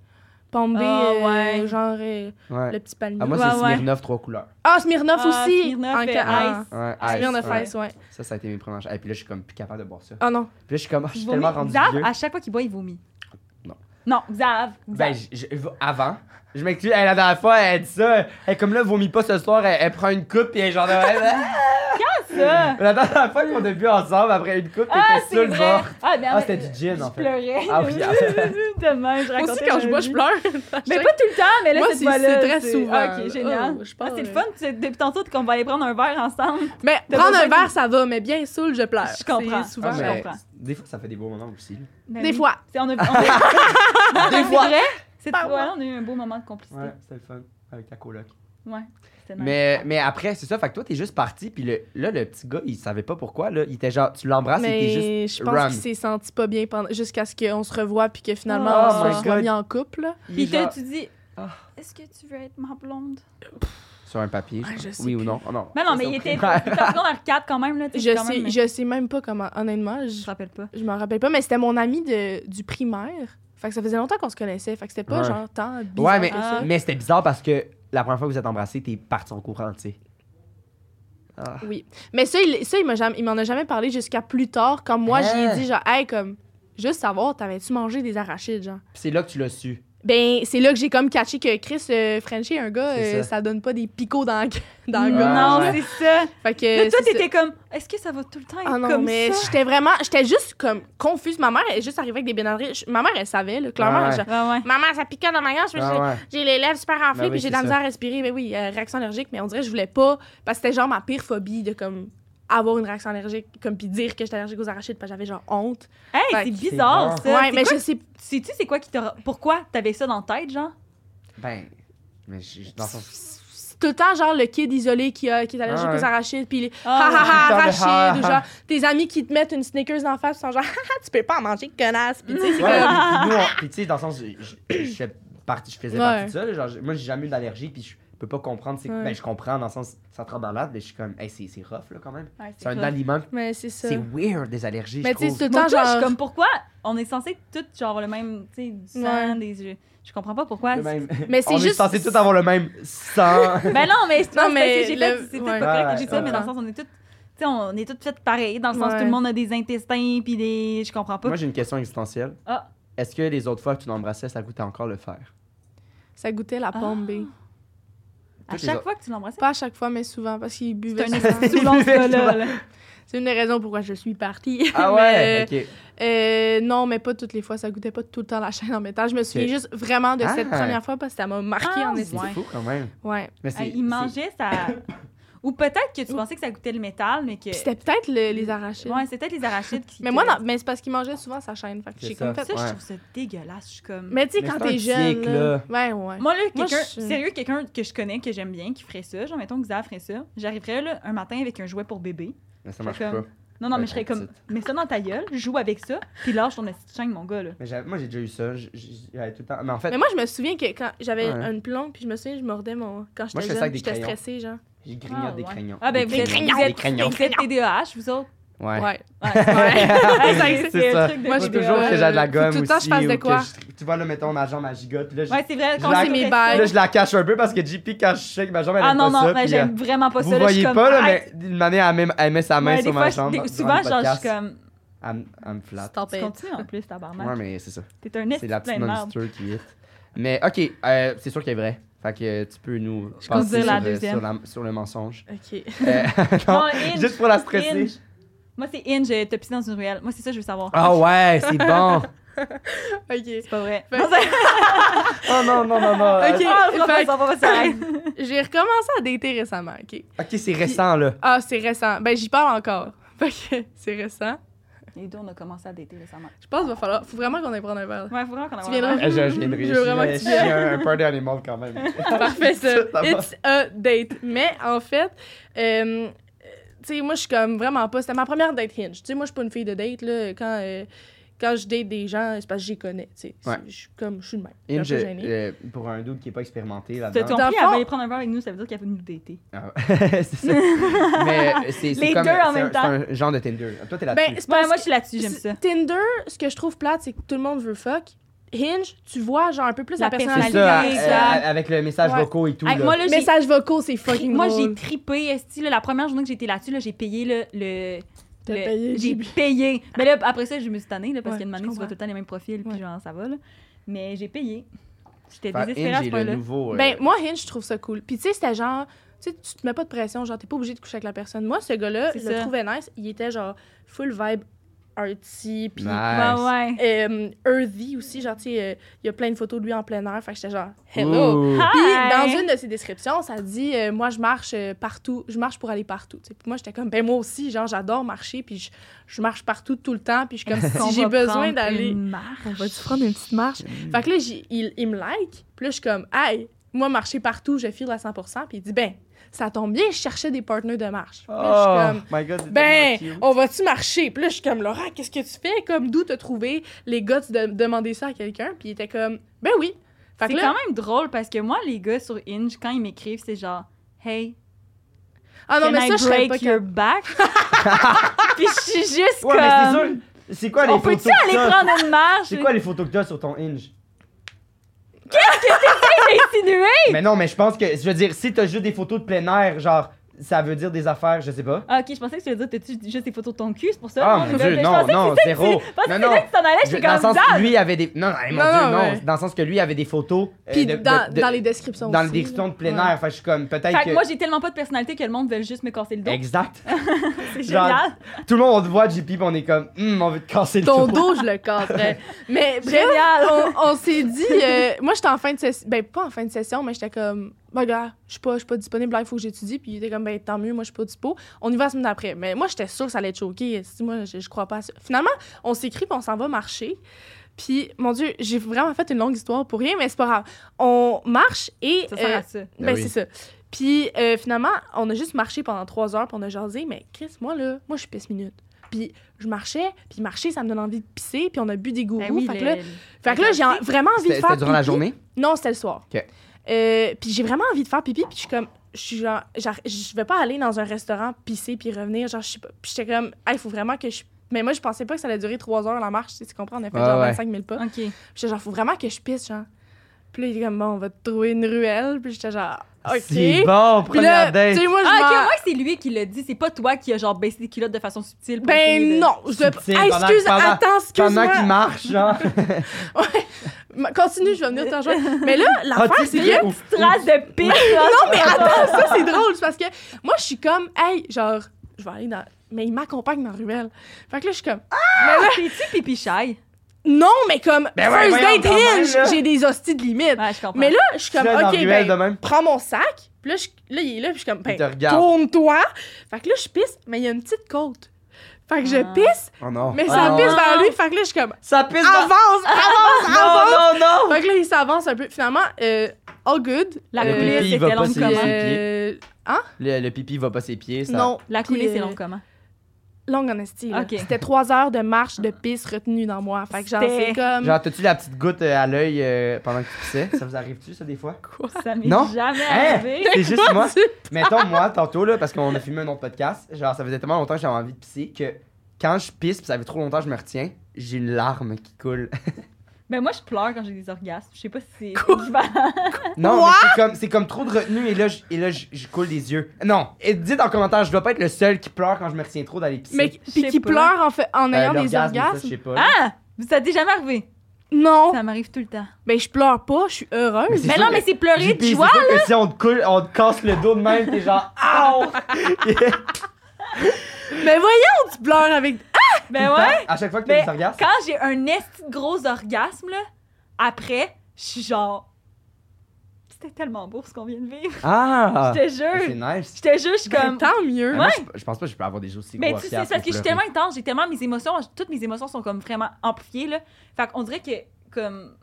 S3: Pombé,
S2: Ah,
S3: euh,
S2: ouais.
S3: genre euh,
S1: Ouais.
S3: le petit palmier.
S1: Ah, moi,
S2: Ouais,
S1: c'est
S2: ouais.
S1: Smirnoff trois couleurs.
S3: Ah, Smirnoff
S2: Ah,
S3: aussi.
S2: Smirnoff
S3: En
S2: et
S3: ca- ah.
S2: Ice.
S1: Ouais,
S3: Smirnoff
S1: ouais.
S3: Ice, ouais.
S1: Ça, ça a été mes premières choses. Et puis là, je suis comme plus capable de boire ça.
S3: Ah non.
S1: Puis là, je suis comme. oh, Je
S2: Il
S1: suis
S2: vomit.
S1: tellement rendu
S2: Xav,
S1: vieux.
S2: à chaque fois qu'il boit, il vomit.
S1: Non.
S2: Non, Xav.
S1: Ben,
S2: Xav.
S1: je- je- avant. Je m'excuse, elle, la dernière fois, elle dit ça. Elle, comme là, vomit pas ce soir, elle, elle prend une coupe et elle, genre. la
S2: Ça.
S1: dernière fois qu'on a bu ensemble, après une coupe,
S2: Ah,
S1: t'étais sur
S2: c'est
S1: le
S2: vrai.
S1: bord.
S2: Ah, ben,
S1: Ah,
S2: ouais,
S1: c'était du gin, en
S2: Je
S1: fait.
S2: pleurais.
S1: Ah oui, ah.
S2: Demain, je racontais
S3: Aussi, quand je
S2: ma
S3: bois,
S2: vie.
S3: je pleure.
S2: Mais pas tout le temps, mais là,
S3: Moi,
S2: cette
S3: c'est-
S2: fois-là,
S3: c'est très souvent,
S2: Ah,
S3: là.
S2: Ok, génial.
S3: Oh, je
S2: Ah, c'est le
S3: parle.
S2: fun, tu- depuis tantôt qu'on va aller prendre un verre ensemble.
S3: Mais
S2: T'as
S3: prendre
S2: besoin
S3: un verre,
S2: d'une-
S3: ça va, mais bien saoul, je pleure.
S2: Je comprends.
S3: C'est
S1: Ah,
S3: souvent.
S2: je
S1: mais
S2: comprends.
S1: Des fois, ça fait des beaux moments aussi. là.
S2: Ben
S3: Des
S2: oui.
S3: fois.
S2: C'est- On a, on a- C'est
S1: fois.
S2: vrai? Cette
S3: Par
S2: fois-là, on a eu un beau moment de complicité.
S1: Ouais, c'était le fun avec ta coloc.
S2: Ouais. c'était nice.
S1: Mais, mais après, c'est ça, fait que toi, t'es juste parti, puis le, là, le petit gars, il savait pas pourquoi, là. Il était genre, tu l'embrasses, il était Ah, juste.
S3: Mais je pense
S1: run.
S3: qu'il s'est senti pas bien pendant... jusqu'à ce qu'on se revoie puis que finalement
S2: Oh
S3: on
S1: my
S3: se
S1: God.
S3: remet en couple. là.
S1: il est
S2: Puis là,
S1: genre-
S2: tu dis,
S1: Ah.
S2: est-ce que tu veux être ma blonde?
S1: Sur un papier.
S3: Ah,
S1: je
S3: je
S1: pense.
S3: sais
S1: oui ou
S3: plus.
S1: non. Oh, non.
S2: Ben non,
S1: Ça,
S2: mais
S1: c'est
S2: il
S1: au
S2: était
S1: primaire.
S2: il était en secondaire 4 quand même. Là, tu
S3: Je
S2: sais,
S3: sais,
S2: quand même, mais-
S3: je sais même pas comment, honnêtement,
S2: Je me
S3: je,
S2: rappelle pas.
S3: je m'en rappelle pas, mais c'était mon ami de, du primaire. Fait que ça faisait longtemps qu'on se connaissait, fait que c'était pas
S1: Ouais.
S3: genre tant bizarre
S1: Ouais, mais,
S3: que
S2: Ah.
S3: ça.
S1: mais c'était bizarre parce que la première fois que vous êtes embrassé, t'es parti en courant, tu sais. Ah.
S3: Oui. Mais ça, il, ça, il m'a jamais- il m'en a jamais parlé jusqu'à plus tard, quand moi,
S1: Hein?
S3: j'ai dit genre, hey, comme, juste savoir, t'avais-tu mangé des arachides, genre?
S1: Puis c'est là que tu l'as su.
S3: Ben, c'est là que j'ai comme catché que Chris euh, Frenchie, un gars,
S1: C'est
S3: euh,
S1: ça.
S3: ça. donne pas des picots dans, la gue- dans le
S1: Ah,
S3: gars.
S2: non,
S1: ouais.
S2: c'est ça.
S3: Fait que.
S2: Là, toi,
S3: c'est ça.
S2: t'étais comme, est-ce que ça va tout le temps être
S3: Ah non,
S2: comme
S3: mais
S2: ça?
S3: j'étais vraiment. J'étais juste comme confuse. Ma mère, elle est juste arrivée avec des Benadryl. Je- Ma mère, elle savait, là, clairement.
S1: Ah ouais.
S3: genre,
S2: Ouais, ouais.
S3: Maman, ça piquait dans ma gorge. mais j'ai-
S1: Ah, ouais.
S3: J'ai les lèvres super enflées,
S1: Ben oui,
S3: puis
S1: c'est
S3: j'ai de la
S1: ça.
S3: misère à respirer. Mais oui, euh, réaction allergique, mais on dirait que je voulais pas. Parce que c'était genre ma pire phobie de comme avoir une réaction allergique, comme puis dire que j'étais allergique aux arachides, parce que j'avais genre honte.
S2: Hey,
S3: Fait
S2: c'est
S3: que-
S2: bizarre,
S1: C'est
S2: ça.
S3: ouais,
S2: C'est
S3: mais
S2: quoi-
S3: je sais
S2: Sais-tu c'est quoi qui t'a... Pourquoi t'avais ça dans la tête, genre?
S1: Ben, mais j'ai- dans le sens.
S3: c'est tout le temps genre le kid isolé qui, a- qui est allergique
S1: Ah ouais.
S3: aux arachides puis les
S2: Ah
S3: ha
S2: ouais.
S1: Tout
S3: ha
S1: le
S3: ha
S1: temps le ha,
S3: arachides ou
S1: ha.
S3: genre tes amis qui te mettent une Snickers d'en face sont genre ha ha tu peux pas en manger connasse puis tu sais c'est
S1: Ouais,
S3: comme
S1: puis nous, on- puis tu sais, dans le sens, je, je- je fais partie- je faisais
S3: Ouais.
S1: partie de ça. là, genre, je- moi, j'ai jamais eu d'allergie, puis je peux pas comprendre. c'est
S3: Ouais.
S1: Ben, je comprends dans le sens, ça te rend malade, mais je suis comme, hey, c'est c'est rough, là, quand même.
S3: ah.
S2: Ouais,
S1: C'est un
S2: cool.
S1: aliment,
S3: mais c'est ça
S1: c'est weird, des allergies,
S3: mais
S1: je
S3: tu sais
S1: trouve.
S3: c'est tout
S2: Moi,
S3: le temps
S2: toi, je suis
S3: genre
S2: comme, pourquoi on est censé tout genre le même, tu sais, du sang,
S3: Ouais.
S2: des yeux? Je comprends pas pourquoi.
S1: Le même-
S3: mais c'est
S1: On est
S3: juste
S1: censé tous avoir le même sang.
S2: Ben non, mais c'est
S3: Non,
S2: non, mais
S3: mais
S2: j'ai
S3: le-
S2: fait, c'est peut-être
S3: ouais.
S2: pas correct
S1: Ouais,
S2: que j'ai dit ça,
S1: ouais.
S2: mais dans le sens, on est toutes, tu sais, on est toutes faites pareilles, dans le sens,
S3: Ouais.
S2: tout le monde a des intestins, puis des. Je comprends pas.
S1: Moi, j'ai une question existentielle.
S2: Ah.
S1: Est-ce que les autres fois que tu l'embrassais, ça goûtait encore le fer?
S3: ça goûtait la pomme B.
S2: Ah. à
S1: toutes les
S2: chaque
S1: autres-
S2: fois que tu l'embrassais,
S3: pas à chaque fois mais souvent parce qu'il
S2: c'est
S3: buvait
S2: un
S3: souvent.
S2: espèce de long, ce gars-là, là.
S3: c'est une des raisons pourquoi je suis partie
S1: Ah
S3: Mais,
S1: ouais? Ok.
S3: Euh, non, mais pas toutes les fois. Ça goûtait pas tout le temps la chaîne en métal. Je me souviens
S1: Ok.
S3: juste vraiment de
S1: Ah.
S3: cette première fois parce que ça m'a marqué
S2: Ah,
S3: en
S1: C'est
S3: estime.
S2: Ouais.
S1: fou quand même.
S3: Ouais.
S1: Mais
S2: Ah,
S1: c'est-
S2: Il mangeait ça. Ou peut-être que tu
S3: Ou-
S2: pensais que ça goûtait le métal, mais que.
S3: Puis c'était peut-être le- les arachides.
S2: Ouais, c'est peut-être les arachides qui.
S3: Mais
S2: te-
S3: moi, non, mais c'est parce qu'il mangeait souvent sa chaîne. Fait que
S1: C'est
S3: j'ai
S1: ça.
S3: comme fait.
S2: Ça, je
S1: Ouais.
S2: trouve ça dégueulasse. Je suis comme.
S3: Mais tu sais,
S1: Mais
S3: quand
S1: c'est un
S3: t'es jeune.
S1: tic,
S3: Là... Ouais, ouais.
S2: Moi, là,
S3: Moi,
S2: quelqu'un,
S3: je-
S2: sérieux, quelqu'un que je connais, que j'aime bien, qui ferait ça, genre, mettons que Xav ferait ça, j'arriverais là, un matin avec un jouet pour bébé.
S1: Mais ça marche
S2: C'est
S1: pas.
S2: comme- Non, non,
S1: Ouais,
S2: mais je serais
S1: trop
S2: comme, mets ça dans ta gueule, joue avec ça, puis lâche ton petite chaîne, mon gars, là.
S1: Mais j'avais- moi, j'ai déjà eu ça. J- j- J'avais tout le temps. Mais en fait,
S3: Mais moi, je me souviens que quand j'avais
S1: Ouais.
S3: une plombe, puis je me souviens, je mordais mon. Quand
S1: Moi, je
S3: j'étais
S1: fais ça
S3: jeune,
S1: avec des
S3: j'étais
S1: crayons.
S3: stressée, genre.
S1: j'ai grignoté
S2: Ah,
S1: des
S2: ouais.
S1: craignons.
S2: Ah, ben,
S1: Des
S2: vous êtes,
S1: craignons,
S2: vous
S1: des
S2: êtes,
S1: craignons.
S2: vous êtes TDAH, vous autres.
S1: Ouais.
S3: Ouais.
S2: Ouais, c'est vrai. Ouais, c'est vrai que
S1: C'est
S2: c'est
S1: ça.
S2: un truc de
S3: Moi,
S1: Moi,
S3: j'ai
S2: TDAH.
S1: toujours que j'ai de la
S3: Faut
S1: gomme
S3: tout le temps que
S1: aussi.
S3: je fasse de
S1: ou que
S3: quoi.
S1: je- tu vois, là, mettons, ma jambe, elle gigote. Là, je,
S2: Ouais, c'est vrai,
S1: Je
S2: quand
S1: la-
S2: c'est mes
S3: mes bails.
S1: là, je la cache un peu parce que JP, quand je sais que ma jambe, elle
S2: Ah
S1: aime
S2: non,
S1: pas
S2: non,
S1: ça.
S2: mais
S1: puis, euh,
S2: j'aime vraiment pas
S1: Vous
S2: ça. là, je suis
S1: voyez
S2: comme,
S1: pas, là,
S2: ah,
S1: mais d'une manière, elle met, elle met sa main
S2: ouais, des
S1: sur ma
S2: fois,
S1: jambe.
S2: je- des-
S1: durant le
S2: Souvent, genre, je
S1: podcast.
S2: suis comme,
S1: Elle me- elle me flatte.
S3: Stop
S2: tu
S3: it.
S2: continues en plus,
S1: Ouais,
S2: tabarnak.
S1: mais c'est ça.
S2: T'es un
S1: C'est
S2: esti
S1: la petite
S2: plein de merde.
S1: monster qui hit. Mais ok, euh, c'est sûr qu'elle est vraie. Fait que euh, tu peux nous
S3: Je
S1: passer
S2: considère
S1: sur,
S2: la
S1: euh,
S2: deuxième.
S1: sur, la- sur le mensonge.
S3: Ok.
S1: Euh, non,
S2: Non, Inge,
S1: juste pour la stresser.
S2: Inge. Moi, c'est Inge, euh, t'as pissé dans une ruelle. Moi, c'est ça, je veux savoir.
S1: Ah ouais, c'est bon.
S3: Ok.
S2: C'est pas vrai.
S3: Fait-
S2: Non, c'est-
S1: Oh non, non, non, non.
S3: Ok.
S2: Ah, on va pas
S3: fait-
S2: savoir, on va s'arrêter.
S3: J'ai recommencé à dater récemment, ok.
S1: Ok, c'est récent là.
S3: Ah, c'est récent. Ben, j'y parle encore. Fait que c'est récent.
S2: Les deux, on a commencé à dater récemment.
S3: Je pense qu'il va falloir. Faut vraiment qu'on aille prendre un verre.
S2: Ouais, faut vraiment qu'on
S3: Tu
S2: ait
S3: viendras.
S2: un-
S1: Eh, Je, je viendrai.
S3: Je veux vraiment
S1: Je
S3: que tu
S1: suis un, un party animal quand même.
S3: Parfait, ça.
S1: Ça va.
S3: It's a date. Mais en fait, euh, tu sais, moi, je suis comme vraiment pas. C'était ma première date hinge. Tu sais, moi, je suis pas une fille de date, là. Quand, euh, quand je date des gens, c'est parce que j'y connais. Tu sais,
S1: Ouais.
S3: C'est- je suis comme. Je suis de même. Je
S1: Inge,
S3: suis un peu gênée. Ben,
S1: euh, pour un doute qui n'est pas expérimenté
S2: T'as
S1: là-dedans.
S3: Dans le
S2: compris, elle
S3: fond-
S2: va aller prendre un verre avec nous, ça veut dire qu'elle veut nous dater.
S1: Ah, c'est ça. Mais euh, c'est c'est
S2: Les
S1: comme
S2: deux en
S1: c'est
S2: même
S1: un-
S2: temps.
S1: C'est un genre de Tinder. Toi, t'es là-dessus.
S3: Ben, c'est
S2: Ouais,
S3: parce
S2: moi,
S3: que-
S2: je suis là-dessus, j'aime ça.
S3: Tinder, ce que je trouve plate, c'est que tout le monde veut fuck. Hinge, tu vois, genre, un peu plus
S2: La
S3: la,
S1: c'est
S3: personnalité.
S1: ça,
S2: personnalité,
S1: euh,
S2: ça.
S1: euh, avec le message
S3: Ouais.
S1: vocaux et tout.
S2: Hey,
S1: là.
S2: moi, là, j'ai
S3: Message vocaux, c'est
S2: tri-
S3: fucking
S2: moi, j'ai
S3: drôle.
S2: tripé. esti, là, la première journée que j'étais là-dessus, là, j'ai payé là, le.
S3: T'as
S2: le-
S3: payé,
S2: J'ai
S3: j'ai-
S2: payé. Mais là, après ça, je me suis tannée, là, parce qu'il
S3: Ouais,
S2: y a une
S3: je
S2: année, tu
S3: comprends.
S2: vois tout le temps les mêmes profils, puis
S3: Ouais.
S2: genre, ça va, là. Mais j'ai payé. J'étais
S1: Enfin,
S2: désespérée à ce
S1: Inge est le
S2: point-là.
S1: nouveau. euh,
S3: Ben, moi, Hinge, je trouve ça cool. Puis, tu sais, c'était genre, tu sais, tu te mets pas de pression, genre, t'es pas obligé de coucher avec la personne. Moi, ce gars-là,
S2: C'est
S3: je le
S2: ça.
S3: trouvais nice. Il était genre full vibe arty, puis
S2: Ben
S1: nice.
S2: ouais.
S3: euh, earthy aussi. Genre, tu sais, euh, il y a plein de photos de lui en plein air. Fait que j'étais genre, hello.
S1: Ouh.
S3: Puis,
S2: Hi!
S3: dans une de ses descriptions, ça dit euh, Moi, je marche euh, partout. Je marche pour aller partout. Tu sais, Puis moi, j'étais comme Ben, moi aussi, genre, j'adore marcher. Puis, je, je marche partout tout le temps. Puis, je suis comme
S2: Qu'on
S3: Si j'ai
S2: va
S3: besoin
S2: prendre
S3: d'aller.
S2: une marche.
S3: On va-tu prendre une petite marche? Fait que là, j'y- il, il me like. Puis là, je suis comme, hey, moi, marcher partout, je file à 100 Puis il dit, ben, ça tombe bien, je cherchais des partenaires de marche. Puis là, je suis
S1: Oh,
S3: comme,
S1: my God, c'est
S3: ben,
S1: tellement cute.
S3: on va-tu marcher? Puis là, je suis comme, Laura, qu'est-ce que tu fais? Comme, d'où t'as trouvé les gars de demander ça à quelqu'un? Puis il était comme, ben oui. Fait
S2: C'est
S3: que là,
S2: quand même drôle parce que moi, les gars sur Inge, quand ils m'écrivent, c'est genre Hey,
S3: ah non,
S2: can
S3: mais ça,
S2: I
S3: je serais
S2: break
S3: pas
S2: your
S3: capable.
S2: back? Puis je suis juste
S1: Ouais, mais c'est
S2: comme.
S1: sûr. C'est quoi les
S2: On
S1: photos
S2: peut-tu
S1: que
S2: aller
S1: t'as?
S2: prendre une marche?
S1: C'est quoi les photos que t'as sur ton Inge?
S2: Insinuer?
S1: Mais non, mais je pense que, je veux dire, si t'as juste des photos de plein air, genre, ça veut dire des affaires, je sais pas.
S2: Ah, ok, je pensais que tu veux dire, t'as-tu juste des photos de ton cul? C'est pour ça?
S1: Ah,
S2: Non,
S1: mon
S2: mais
S1: Dieu,
S2: je
S1: non,
S2: pensais que
S1: non,
S2: c'était-
S1: zéro.
S2: Je pensais
S1: Non,
S2: que
S1: non.
S2: c'était là que tu t'en
S3: Ah,
S2: allais,
S1: Je-
S2: j'étais
S1: dans le
S2: comme
S1: sens
S2: ça.
S1: que lui avait des. Non, hey, mon
S3: Non,
S1: Dieu,
S3: non,
S1: non.
S3: ouais.
S1: Dans le sens que lui avait des photos. euh,
S3: Puis
S1: de- de-
S3: dans,
S1: de-
S3: dans les descriptions
S1: dans
S3: aussi.
S1: les descriptions de plein
S3: Ouais.
S1: air. Enfin, je suis comme, peut-être
S2: Fait
S1: que.
S2: que moi, j'ai tellement pas de personnalité que le monde veut juste me casser le dos.
S1: Exact.
S2: C'est
S1: genre-
S2: génial.
S1: Tout le monde, on te voit, JP, puis on est comme, hum, on veut te casser le
S3: Ton
S1: dos.
S3: dos, je le casserais. mais bref,
S2: Génial.
S3: on, on s'est dit, euh, moi j'étais en fin de session, ben pas en fin de session, mais j'étais comme, ben gars, je suis pas, je suis pas disponible, là, il faut que j'étudie, puis il était comme, ben tant mieux, moi je suis pas dispo, on y va la semaine d'après. Mais moi j'étais sûre que ça allait être choqué, si moi je, je crois pas à ça. Finalement, on s'écrit, puis on s'en va marcher. Puis, mon Dieu, j'ai vraiment fait une longue histoire pour rien, mais c'est pas grave. On marche et.
S2: Ça sert
S3: euh,
S2: à ça.
S1: Ben
S3: ben,
S1: oui.
S3: c'est ça. Puis euh, finalement, on a juste marché pendant trois heures, puis on a jasé, mais Chris, moi là, moi je suis pisse minute. Puis je marchais, puis marcher, ça me donne envie de pisser, puis on a bu des gourous.
S2: Ben oui,
S3: fait, que
S2: le-
S3: là, fait que là, j'ai en- vraiment envie de
S1: C'était
S3: faire.
S1: c'était durant la
S3: pipi.
S1: journée?
S3: Non, c'était le soir.
S1: Ok.
S3: Euh, puis j'ai vraiment envie de faire pipi, puis je suis comme, je suis genre, genre, je vais pas aller dans un restaurant pisser puis revenir, genre, je suis pas. Puis j'étais comme, ah, il faut vraiment que je. Mais moi, je pensais pas que ça allait durer trois heures la marche, tu sais, tu comprends, on a fait
S1: Ouais,
S3: genre
S1: Ah ouais.
S3: 25 000 pas.
S2: Ok.
S3: J'étais genre, faut vraiment que je pisse, genre. Puis là, il est comme, bon, on va te trouver une ruelle. Puis j'étais genre, OK.
S1: C'est bon,
S3: Puis
S1: première
S3: là, tu
S1: date.
S3: sais, moi, je
S2: Ah, ok,
S3: m'en-
S2: moi, c'est lui qui l'a dit. C'est pas toi qui a genre baissé les culottes de façon subtile. pour essayer
S3: Ben
S2: de-
S3: non, je...
S1: Subtil,
S3: Hey,
S1: pendant-
S3: excuse,
S1: pendant-
S3: attends, excuse-moi.
S1: Pendant qu'il marche, genre.
S3: Ouais. Ma- Continue, je vais venir te rejoindre. Mais là, l'affaire,
S1: Ah,
S3: c'est
S1: tu
S3: que...
S1: sais, ou-
S2: Trace de pire. non,
S3: Mais attends, ça, c'est drôle, c'est parce que moi, je suis comme, hey, genre, je vais aller dans... Mais il m'accompagne dans la ruelle. Fait que là, je suis comme,
S2: T'es-tu pipi shy?
S3: non, mais comme,
S1: Ben ouais,
S3: first
S1: voyons,
S3: date
S1: quand même,
S3: hinge,
S1: là.
S3: j'ai des hosties de limite.
S2: Ouais, je comprends.
S3: Mais là, je suis comme,
S1: Tu vas dans la
S3: OK,
S1: ruelle
S3: ben,
S1: de même.
S3: prends mon sac. Puis là, je- là, il est là, puis je suis comme, ben,
S1: Il te regarde.
S3: tourne-toi. Fait que là, je pisse, mais il y a une petite côte. Fait que je
S2: Ah.
S3: pisse,
S1: Oh non.
S3: mais
S1: Oh
S3: ça
S1: non.
S3: pisse vers lui. Fait que là, je suis comme,
S1: Ça pisse
S2: Ah.
S1: dans- Ah,
S3: avance, avance, avance.
S1: Non, non, non!
S3: Fait que là, il s'avance un peu. Finalement, euh, all good.
S2: La
S1: Le
S2: coulisse,
S1: pipi
S2: c'était
S1: va pas
S2: long
S1: s'y-
S2: comment?
S3: Euh,
S1: Le, le pipi va pas ses pieds, ça.
S3: Non.
S2: La
S3: Puis,
S2: coulée, c'est
S3: euh,
S2: long comment?
S3: Longue honesty. là.
S2: Ok.
S3: C'était trois heures de marche de pisse retenue dans moi. Fait que genre, c'est
S2: C'était-
S3: comme.
S1: Genre, t'as-tu la petite goutte euh, à l'œil euh, pendant que tu pissais? Ça vous arrive-tu, ça, des fois?
S2: Ça m'est
S1: Non.
S2: jamais
S1: Hein?
S2: arrivé.
S1: C'est juste moi.
S3: Dieu.
S1: Mettons, moi, tantôt, là, parce qu'on a filmé un autre podcast, genre, ça faisait tellement longtemps que j'avais envie de pisser que quand je pisse, puis ça fait trop longtemps que je me retiens, j'ai une larme qui coule.
S2: Ben moi, je pleure quand j'ai des orgasmes. Je sais pas si c'est
S3: Quoi?
S2: équivalent.
S1: Non,
S3: What?
S1: mais c'est comme, c'est comme trop de retenue, et là, je, et là, je, je coule des yeux. Non, et dites en commentaire, je dois pas être le seul qui pleure quand je me retiens trop d'aller pisser.
S3: Mais
S2: Je
S3: puis
S2: sais
S3: qui
S2: pas.
S3: pleure en, fait, en
S1: Euh,
S3: ayant des
S1: l'orgasme, ça,
S3: orgasmes.
S1: je sais pas.
S2: Ah! Ça t'est jamais arrivé?
S3: non,
S2: Ça m'arrive tout le temps.
S3: ben je pleure pas, je suis
S1: Mais
S3: heureuse.
S1: c'est
S2: Mais
S1: sûr
S2: non,
S1: que-
S2: mais c'est pleurer
S1: J'ai
S2: de joie.
S1: que si on te coule, on te casse le dos de même, t'es genre, aouh!
S3: Mais, voyons, tu pleures avec.
S2: Ben ouais.
S1: À chaque fois que t'as
S2: Mais
S1: des orgasmes.
S2: Quand j'ai un esti de gros orgasme, là, après, je suis genre. c'était tellement beau ce qu'on vient de vivre.
S1: Ah!
S2: Je te
S1: C'est
S2: jure. Je
S1: nice.
S2: te jure, je suis
S3: Ben,
S2: comme.
S3: tant mieux.
S1: Moi, je, je pense pas que je peux avoir des jours aussi
S2: Mais
S1: gros
S2: tu sais,
S1: à
S2: c'est
S1: fier
S2: parce que
S1: pour
S2: je suis tellement
S1: pleurer.
S2: intense, j'ai tellement mes émotions, toutes mes émotions sont comme vraiment amplifiées là. Fait qu'on dirait que comme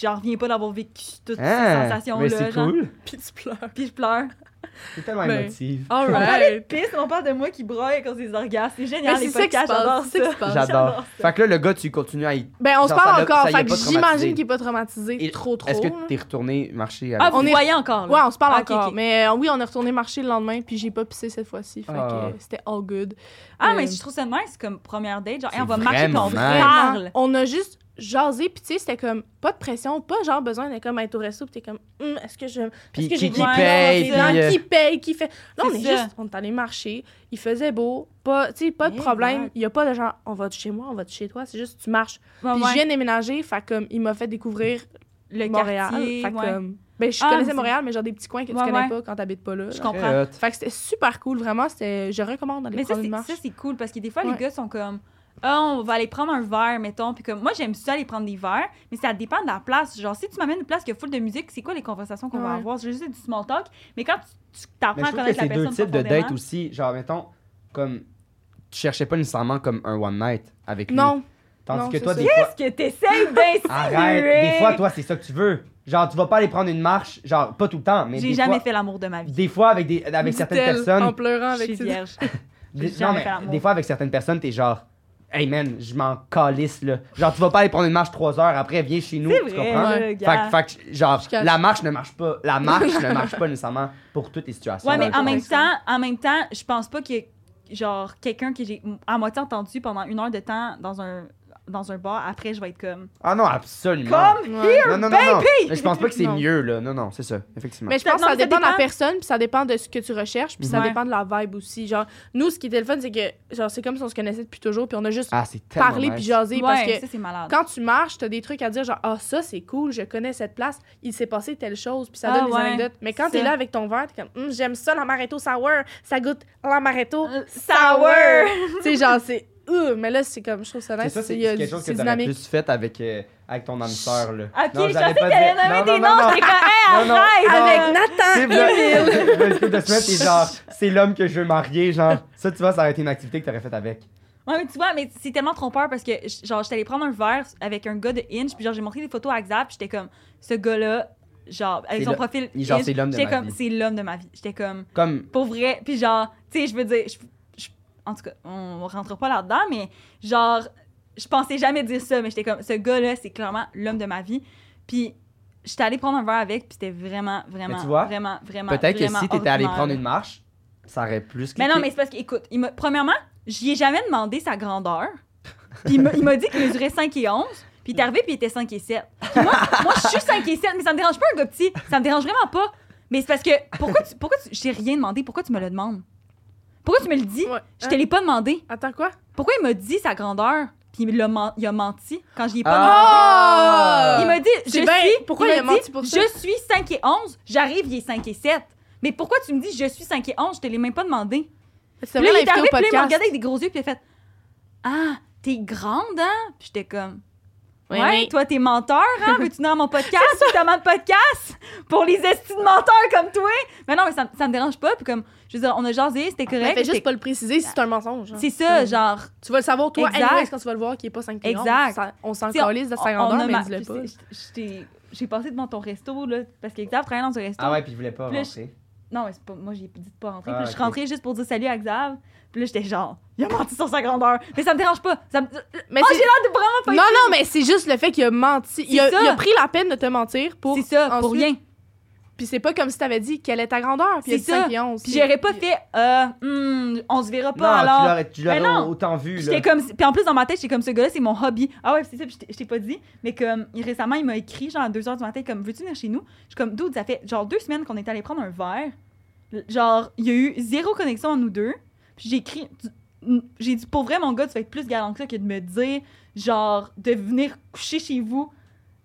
S2: j'en reviens pas d'avoir vécu toutes
S1: Hein,
S2: ces sensations
S1: Mais
S2: là,
S1: c'est
S2: genre.
S1: cool.
S3: Puis tu pleures.
S2: Puis je pleure.
S1: C'est tellement
S3: Ben,
S1: émotif.
S3: All
S2: On parle de
S3: right.
S2: pisse, on parle de moi qui broye quand des orgasmes. C'est génial
S3: Mais c'est
S2: les
S3: ça qui se
S2: podcasts, j'adore
S3: passe. c'est ça
S2: ça.
S3: qui se passe.
S1: J'adore.
S2: j'adore ça.
S1: Fait que là, le gars, tu continues à y.
S3: Ben, on
S1: Genre,
S3: se
S1: ça
S3: parle
S1: l'a-
S3: encore.
S1: ça y a
S3: Fait que
S1: pas traumatisé.
S3: j'imagine qu'il est pas traumatisé
S1: Et-
S3: trop, trop.
S1: Est-ce que
S3: là.
S1: t'es retourné marcher
S2: Ah,
S1: avec.
S2: vous
S3: On est-
S2: voyez encore
S3: Ouais,
S2: là.
S3: on se parle
S2: Ah, ok,
S3: encore.
S2: ok.
S3: Mais euh, oui, on est retourné marcher le lendemain, puis j'ai pas pissé cette fois-ci. Fait que
S1: Ah.
S3: euh, c'était all good.
S2: Ah
S3: Euh,
S2: mais je trouve ça nice comme première date, genre hey, on va
S1: C'est
S2: marcher puis on
S1: vraiment nice.
S2: parle.
S3: On a juste jasé, puis tu sais, c'était comme pas de pression, pas genre besoin d'être comme être au resto, puis t'es comme, Hum, est-ce que je.
S1: Puis
S3: est-ce que
S1: qui,
S3: j'ai
S1: qui
S3: besoin
S1: paye,
S3: d'avoir des gens?
S1: puis. euh,
S3: Qui paye, qui fait. Là, on
S2: euh, C'est
S3: est
S2: ça.
S3: juste, on est allé marcher, il faisait beau, pas, tu sais, pas de
S2: Mais
S3: problème.
S2: ouais.
S3: Il y a pas de genre, on va de chez moi, on va de chez toi, c'est juste, tu marches.
S2: Ouais,
S3: puis
S2: Ah ouais.
S3: je viens de déménager, fait comme, il m'a fait découvrir
S2: le
S3: Montréal.
S2: quartier,
S3: fait
S2: ouais.
S3: comme, ben, je
S2: Ah,
S3: connaissais
S2: mais-
S3: Montréal, mais genre des petits coins que
S2: Ouais,
S3: tu connais
S2: ouais.
S3: pas quand t'habites pas là.
S2: Je
S3: genre.
S1: euh,
S2: comprends.
S1: très hot.
S3: Fait que c'était super cool, vraiment. C'était, je recommande d'aller
S2: Mais ça,
S3: prendre
S2: c'est-
S3: une marche.
S2: ça, c'est cool parce que des fois,
S3: Ouais.
S2: les gars sont comme Ah, on va aller prendre un verre, mettons. Puis comme moi, j'aime ça aller prendre des verres, mais ça dépend de la place. Genre, si tu m'amènes une place qui a full de musique, c'est quoi les conversations qu'on va
S3: Ouais.
S2: avoir? C'est juste du small talk. Mais quand tu tu
S1: Mais
S2: t'apprends
S1: je
S2: à
S1: trouve que
S2: connaître
S1: c'est
S2: la
S1: deux
S2: personne,
S1: types de
S2: profondément-
S1: dates aussi. Genre, mettons, comme. Tu cherchais pas nécessairement comme un one night avec lui.
S3: Non,
S1: Tandis
S3: non,
S1: que
S3: c'est
S1: toi,
S3: ça.
S1: des fois.
S2: Qu'est-ce que t'essayes d'insinuer?
S1: Arrête. Des fois, toi, c'est ça que tu veux. Genre, tu vas pas aller prendre une marche, genre, pas tout le temps, mais.
S2: J'ai
S1: des
S2: jamais
S1: fois-
S2: fait l'amour de ma vie.
S1: Des fois, avec, des, avec certaines
S3: dit-elle,
S1: personnes.
S3: En pleurant
S2: Je
S3: Ah, avec
S2: suis
S3: ses
S2: vierge.
S1: Des,
S2: J'ai
S1: non,
S2: jamais
S1: mais
S2: fait l'amour.
S1: des fois, avec certaines personnes, t'es genre, hey man, je m'en calisse là. Genre, tu vas pas aller prendre une marche 3 heures, après, viens chez nous.
S2: C'est
S1: tu
S2: vrai,
S1: comprends?
S3: Ouais.
S2: le
S1: Fait,
S2: gars.
S1: que- fait que, genre,
S3: Je cache.
S1: la marche ne marche pas. La marche ne marche pas nécessairement pour toutes les situations.
S2: Ouais,
S1: dans
S2: mais
S1: le
S2: en
S1: fond.
S2: même
S3: contexte, ouais.
S2: temps, en même temps, je pense pas que genre quelqu'un que j'ai à moitié entendu pendant une heure de temps dans un dans un bar, après je vais être comme
S1: Ah non, absolument.
S2: comme
S3: Ouais.
S1: non, non, non, non. Mais Je pense pas que c'est
S3: Non.
S1: mieux, là. Non, non, c'est ça, effectivement.
S3: Mais je
S2: Ça-
S3: pense que
S2: non,
S3: ça
S2: mais ça
S3: dépend de la
S2: dépend.
S3: personne, puis ça dépend de ce que tu recherches, puis ça
S2: Ouais.
S3: dépend de la vibe aussi. Genre, nous, ce qui était le fun, c'est que, genre, c'est comme si on se connaissait depuis toujours, puis on a juste
S1: ah, c'est tellement.
S3: parlé
S1: nice.
S3: puis jasé, parce
S2: Ouais,
S3: que
S2: ça c'est malade.
S3: quand tu marches, t'as des trucs à dire, genre, ah, ça, c'est cool, je connais cette place, il s'est passé telle chose, puis ça
S2: Ah,
S3: donne des
S2: ouais,
S3: anecdotes. Mais quand
S2: ça.
S3: t'es là avec ton verre, t'es comme, Hum, j'aime ça, l'amaretto sour, ça goûte l'amaretto
S2: Euh,
S3: sour. tu sais, genre, c'est, Ouh, mais là, c'est comme, je trouve ça
S1: C'est
S3: nice.
S1: ça, c'est
S3: il y a-
S1: quelque chose que
S3: euh, c'est
S1: t'aurais
S3: dynamique.
S1: plus fait avec, euh, avec ton âme sœur, là.
S2: Ok,
S1: Non,
S2: je
S1: j'allais
S2: pensais
S1: pas
S2: qu'elle allait
S1: dire-
S2: nommer
S1: Non,
S2: des
S1: non, non,
S2: noms, j'étais comme, hey,
S1: Non, non.
S2: arrête!
S1: Avec
S3: Nathan!
S1: C'est vrai. Le coup de semaine, t'es genre, c'est l'homme que je veux marier, genre. Ça, tu vois, ça aurait été une activité que t'aurais faite avec.
S2: Ouais, mais tu vois, mais c'est tellement trompeur parce que, j- genre, j'étais allée prendre un verre avec un gars de Inch, puis genre, j'ai montré des photos à Xap, puis j'étais comme, ce gars-là, genre, avec
S1: C'est
S2: son
S1: le-
S2: profil.
S1: il- genre,
S2: Inch,
S1: c'est l'homme de
S2: j'étais
S1: ma
S2: comme,
S1: vie.
S2: C'est l'homme de ma vie. J'étais comme,
S1: Comme,
S2: pour vrai, puis genre, tu sais, je veux dire, je- je- en tout cas, on rentre pas là-dedans, mais genre, je pensais jamais dire ça, mais j'étais comme, ce gars-là, c'est clairement l'homme de ma vie. Puis, j'étais allée prendre un verre avec, puis c'était vraiment, vraiment,
S1: tu vois,
S2: vraiment, vraiment.
S1: peut-être que
S2: vraiment
S1: si t'étais allé
S2: ordinaire.
S1: prendre une marche, ça aurait plus
S2: Mais non, mais
S1: cliqué.
S2: c'est parce que, écoute, il m'a- premièrement, j'y ai jamais demandé sa grandeur. Puis il m'a- il m'a dit qu'il mesurait 5 et 11. Puis il est arrivé, puis il était 5 et 7. Puis moi, moi, je suis 5 et 7, mais ça me dérange pas un gars petit. Ça me dérange vraiment pas. Mais c'est parce que, pourquoi tu, pourquoi tu, je t'ai rien demandé, pourquoi tu me le demandes? Pourquoi tu me le dis?
S3: Ouais. Hein?
S2: Je te l'ai pas demandé.
S3: Attends, quoi?
S2: Pourquoi il m'a dit sa grandeur, puis il, l'a men- il a menti quand j'y ai pas demandé?
S1: Ah!
S2: Il m'a dit, je
S3: C'est ben-
S2: suis.
S3: pourquoi
S2: m'a
S3: il a menti
S2: dit,
S3: pour ça?
S2: Je suis 5 et 11, j'arrive, il est 5 et 7. Mais pourquoi tu me dis, je suis 5 et 11, je te l'ai même pas demandé?
S3: C'est
S2: Puis là,
S3: vrai,
S2: il est
S3: l'invité
S2: arrivé, puis
S3: au
S2: là, il m'a
S3: podcast.
S2: regardé avec des gros yeux, puis il a fait Ah, t'es grande, hein? Puis j'étais comme
S3: Oui,
S2: Ouais,
S3: oui.
S2: toi, t'es menteur, hein? Veux-tu venir à mon podcast? Puis t'as mon podcast pour les estis de menteurs comme toi? Mais non, mais ça, ça me dérange pas. Puis comme, je veux dire, on a jasé, c'était correct.
S3: Fais juste
S2: c'était-
S3: pas le préciser si c'est un mensonge. hein.
S2: Ah. C'est ça,
S3: Mm.
S2: genre.
S3: Tu vas le savoir, toi,
S2: Exact.
S3: anyways, quand tu vas le voir, qu'il est pas 5 pieds
S2: Exact.
S3: long. Ça- On s'en
S2: Tu sais,
S3: calisse de sa
S2: on- on a
S3: grandeur, mais
S2: ma-
S3: dis-le
S2: je
S3: pas.
S2: sais- je- j'étais- J'ai passé devant ton resto, là, parce qu'Exav travaillait dans un resto.
S1: Ah ouais, puis il voulait pas
S2: Plus-
S1: rentrer.
S2: Non, mais c'est pas, moi, j'ai dit de pas rentrer.
S1: Ah,
S2: puis là, je
S1: ok.
S2: suis rentrée juste pour dire salut à Xav. Puis là, j'étais genre, il a menti sur sa grandeur. Mais ça me dérange pas. Ça me-
S3: Mais
S2: Oh,
S3: c'est-
S2: j'ai l'air de vraiment pas
S3: non, non, mais c'est juste le fait qu'il a menti. Il a,
S2: C'est ça.
S3: il a pris la peine de te mentir pour.
S2: C'est ça, pour
S3: ensuite-
S2: rien.
S3: Puis c'est pas comme si t'avais dit quelle est ta grandeur. Puis il a dit
S2: C'est ça.
S3: 5 et 11.
S2: Puis j'aurais pas fait, euh, hmm, on se verra
S1: Non,
S2: pas
S1: tu
S2: alors.
S1: l'aurais- tu l'aurais
S2: Mais non.
S1: autant vu, là.
S2: J'étais comme, puis en plus dans ma tête, j'étais comme ce gars-là, c'est mon hobby. Ah ouais, c'est ça, puis je t'ai- je t'ai pas dit, mais comme il- récemment, il m'a écrit genre à 2h du matin comme veux-tu venir chez nous Je suis comme dude, ça fait genre deux semaines qu'on est allé prendre un verre. L- Genre il y a eu zéro connexion entre nous deux. Puis j'ai écrit tu- n- j'ai dit pour vrai mon gars, tu vas être plus galant que ça que de me dire genre de venir coucher chez vous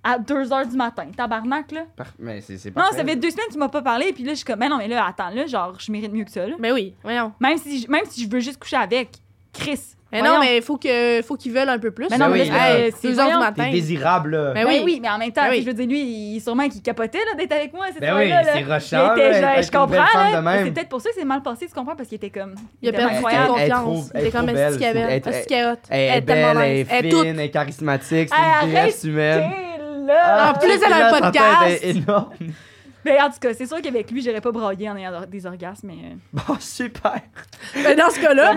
S2: à 2h du matin. Tabarnak là.
S1: Par- Mais c'est c'est
S2: Non,
S1: parfait.
S2: ça fait deux semaines que tu m'as pas parlé, puis là, je suis comme, mais non, mais là, attends, là, genre, je mérite mieux que ça, là.
S3: Mais oui, voyons.
S2: Même si, je- même si je veux juste coucher avec, Chris.
S3: Mais non,
S2: voyons.
S3: mais il faut que- faut qu'ils veulent un peu plus.
S2: Mais non,
S1: mais oui,
S3: là,
S1: là,
S3: hey,
S2: c'est-
S3: deux heures du
S2: voyons.
S1: T'es
S3: matin.
S1: désirable, là.
S3: Ben
S2: Ben oui.
S3: oui.
S2: mais en même temps,
S3: Ben oui.
S2: je veux dire, lui, il, sûrement qu'il capotait là, d'être avec moi. Cette
S1: Ben oui,
S2: soirée-là, là.
S1: c'est rushant.
S2: Il était-
S1: là,
S2: je-
S1: être
S2: je
S1: une belle
S2: comprends,
S1: femme
S2: là.
S1: de
S2: Mais
S1: même.
S2: C'est peut-être pour ça que c'est mal passé, tu comprends, parce qu'il était comme.
S3: Il a
S2: était
S3: perdu toute
S2: incroyable.
S1: Elle est trop-
S3: confiance.
S1: elle est
S3: Il est comme
S1: trop
S3: un
S1: belle,
S3: petit
S1: elle est-
S3: carotte. Un petit carotte.
S1: Elle est
S3: tellement
S1: belle, elle est
S3: nice. Elle est toute.
S1: fine, elle est charismatique, c'est
S2: Arrête,
S1: une déesse humaine.
S2: T'es là!
S1: Ah,
S3: En plus, elle a un
S1: Sa tête
S3: podcast.
S1: est énorme.
S2: Mais en tout cas, c'est sûr qu'avec lui, j'aurais pas broyé en ayant des orgasmes, mais. euh,
S1: Bon, super.
S3: Mais dans ce cas-là,
S1: Sois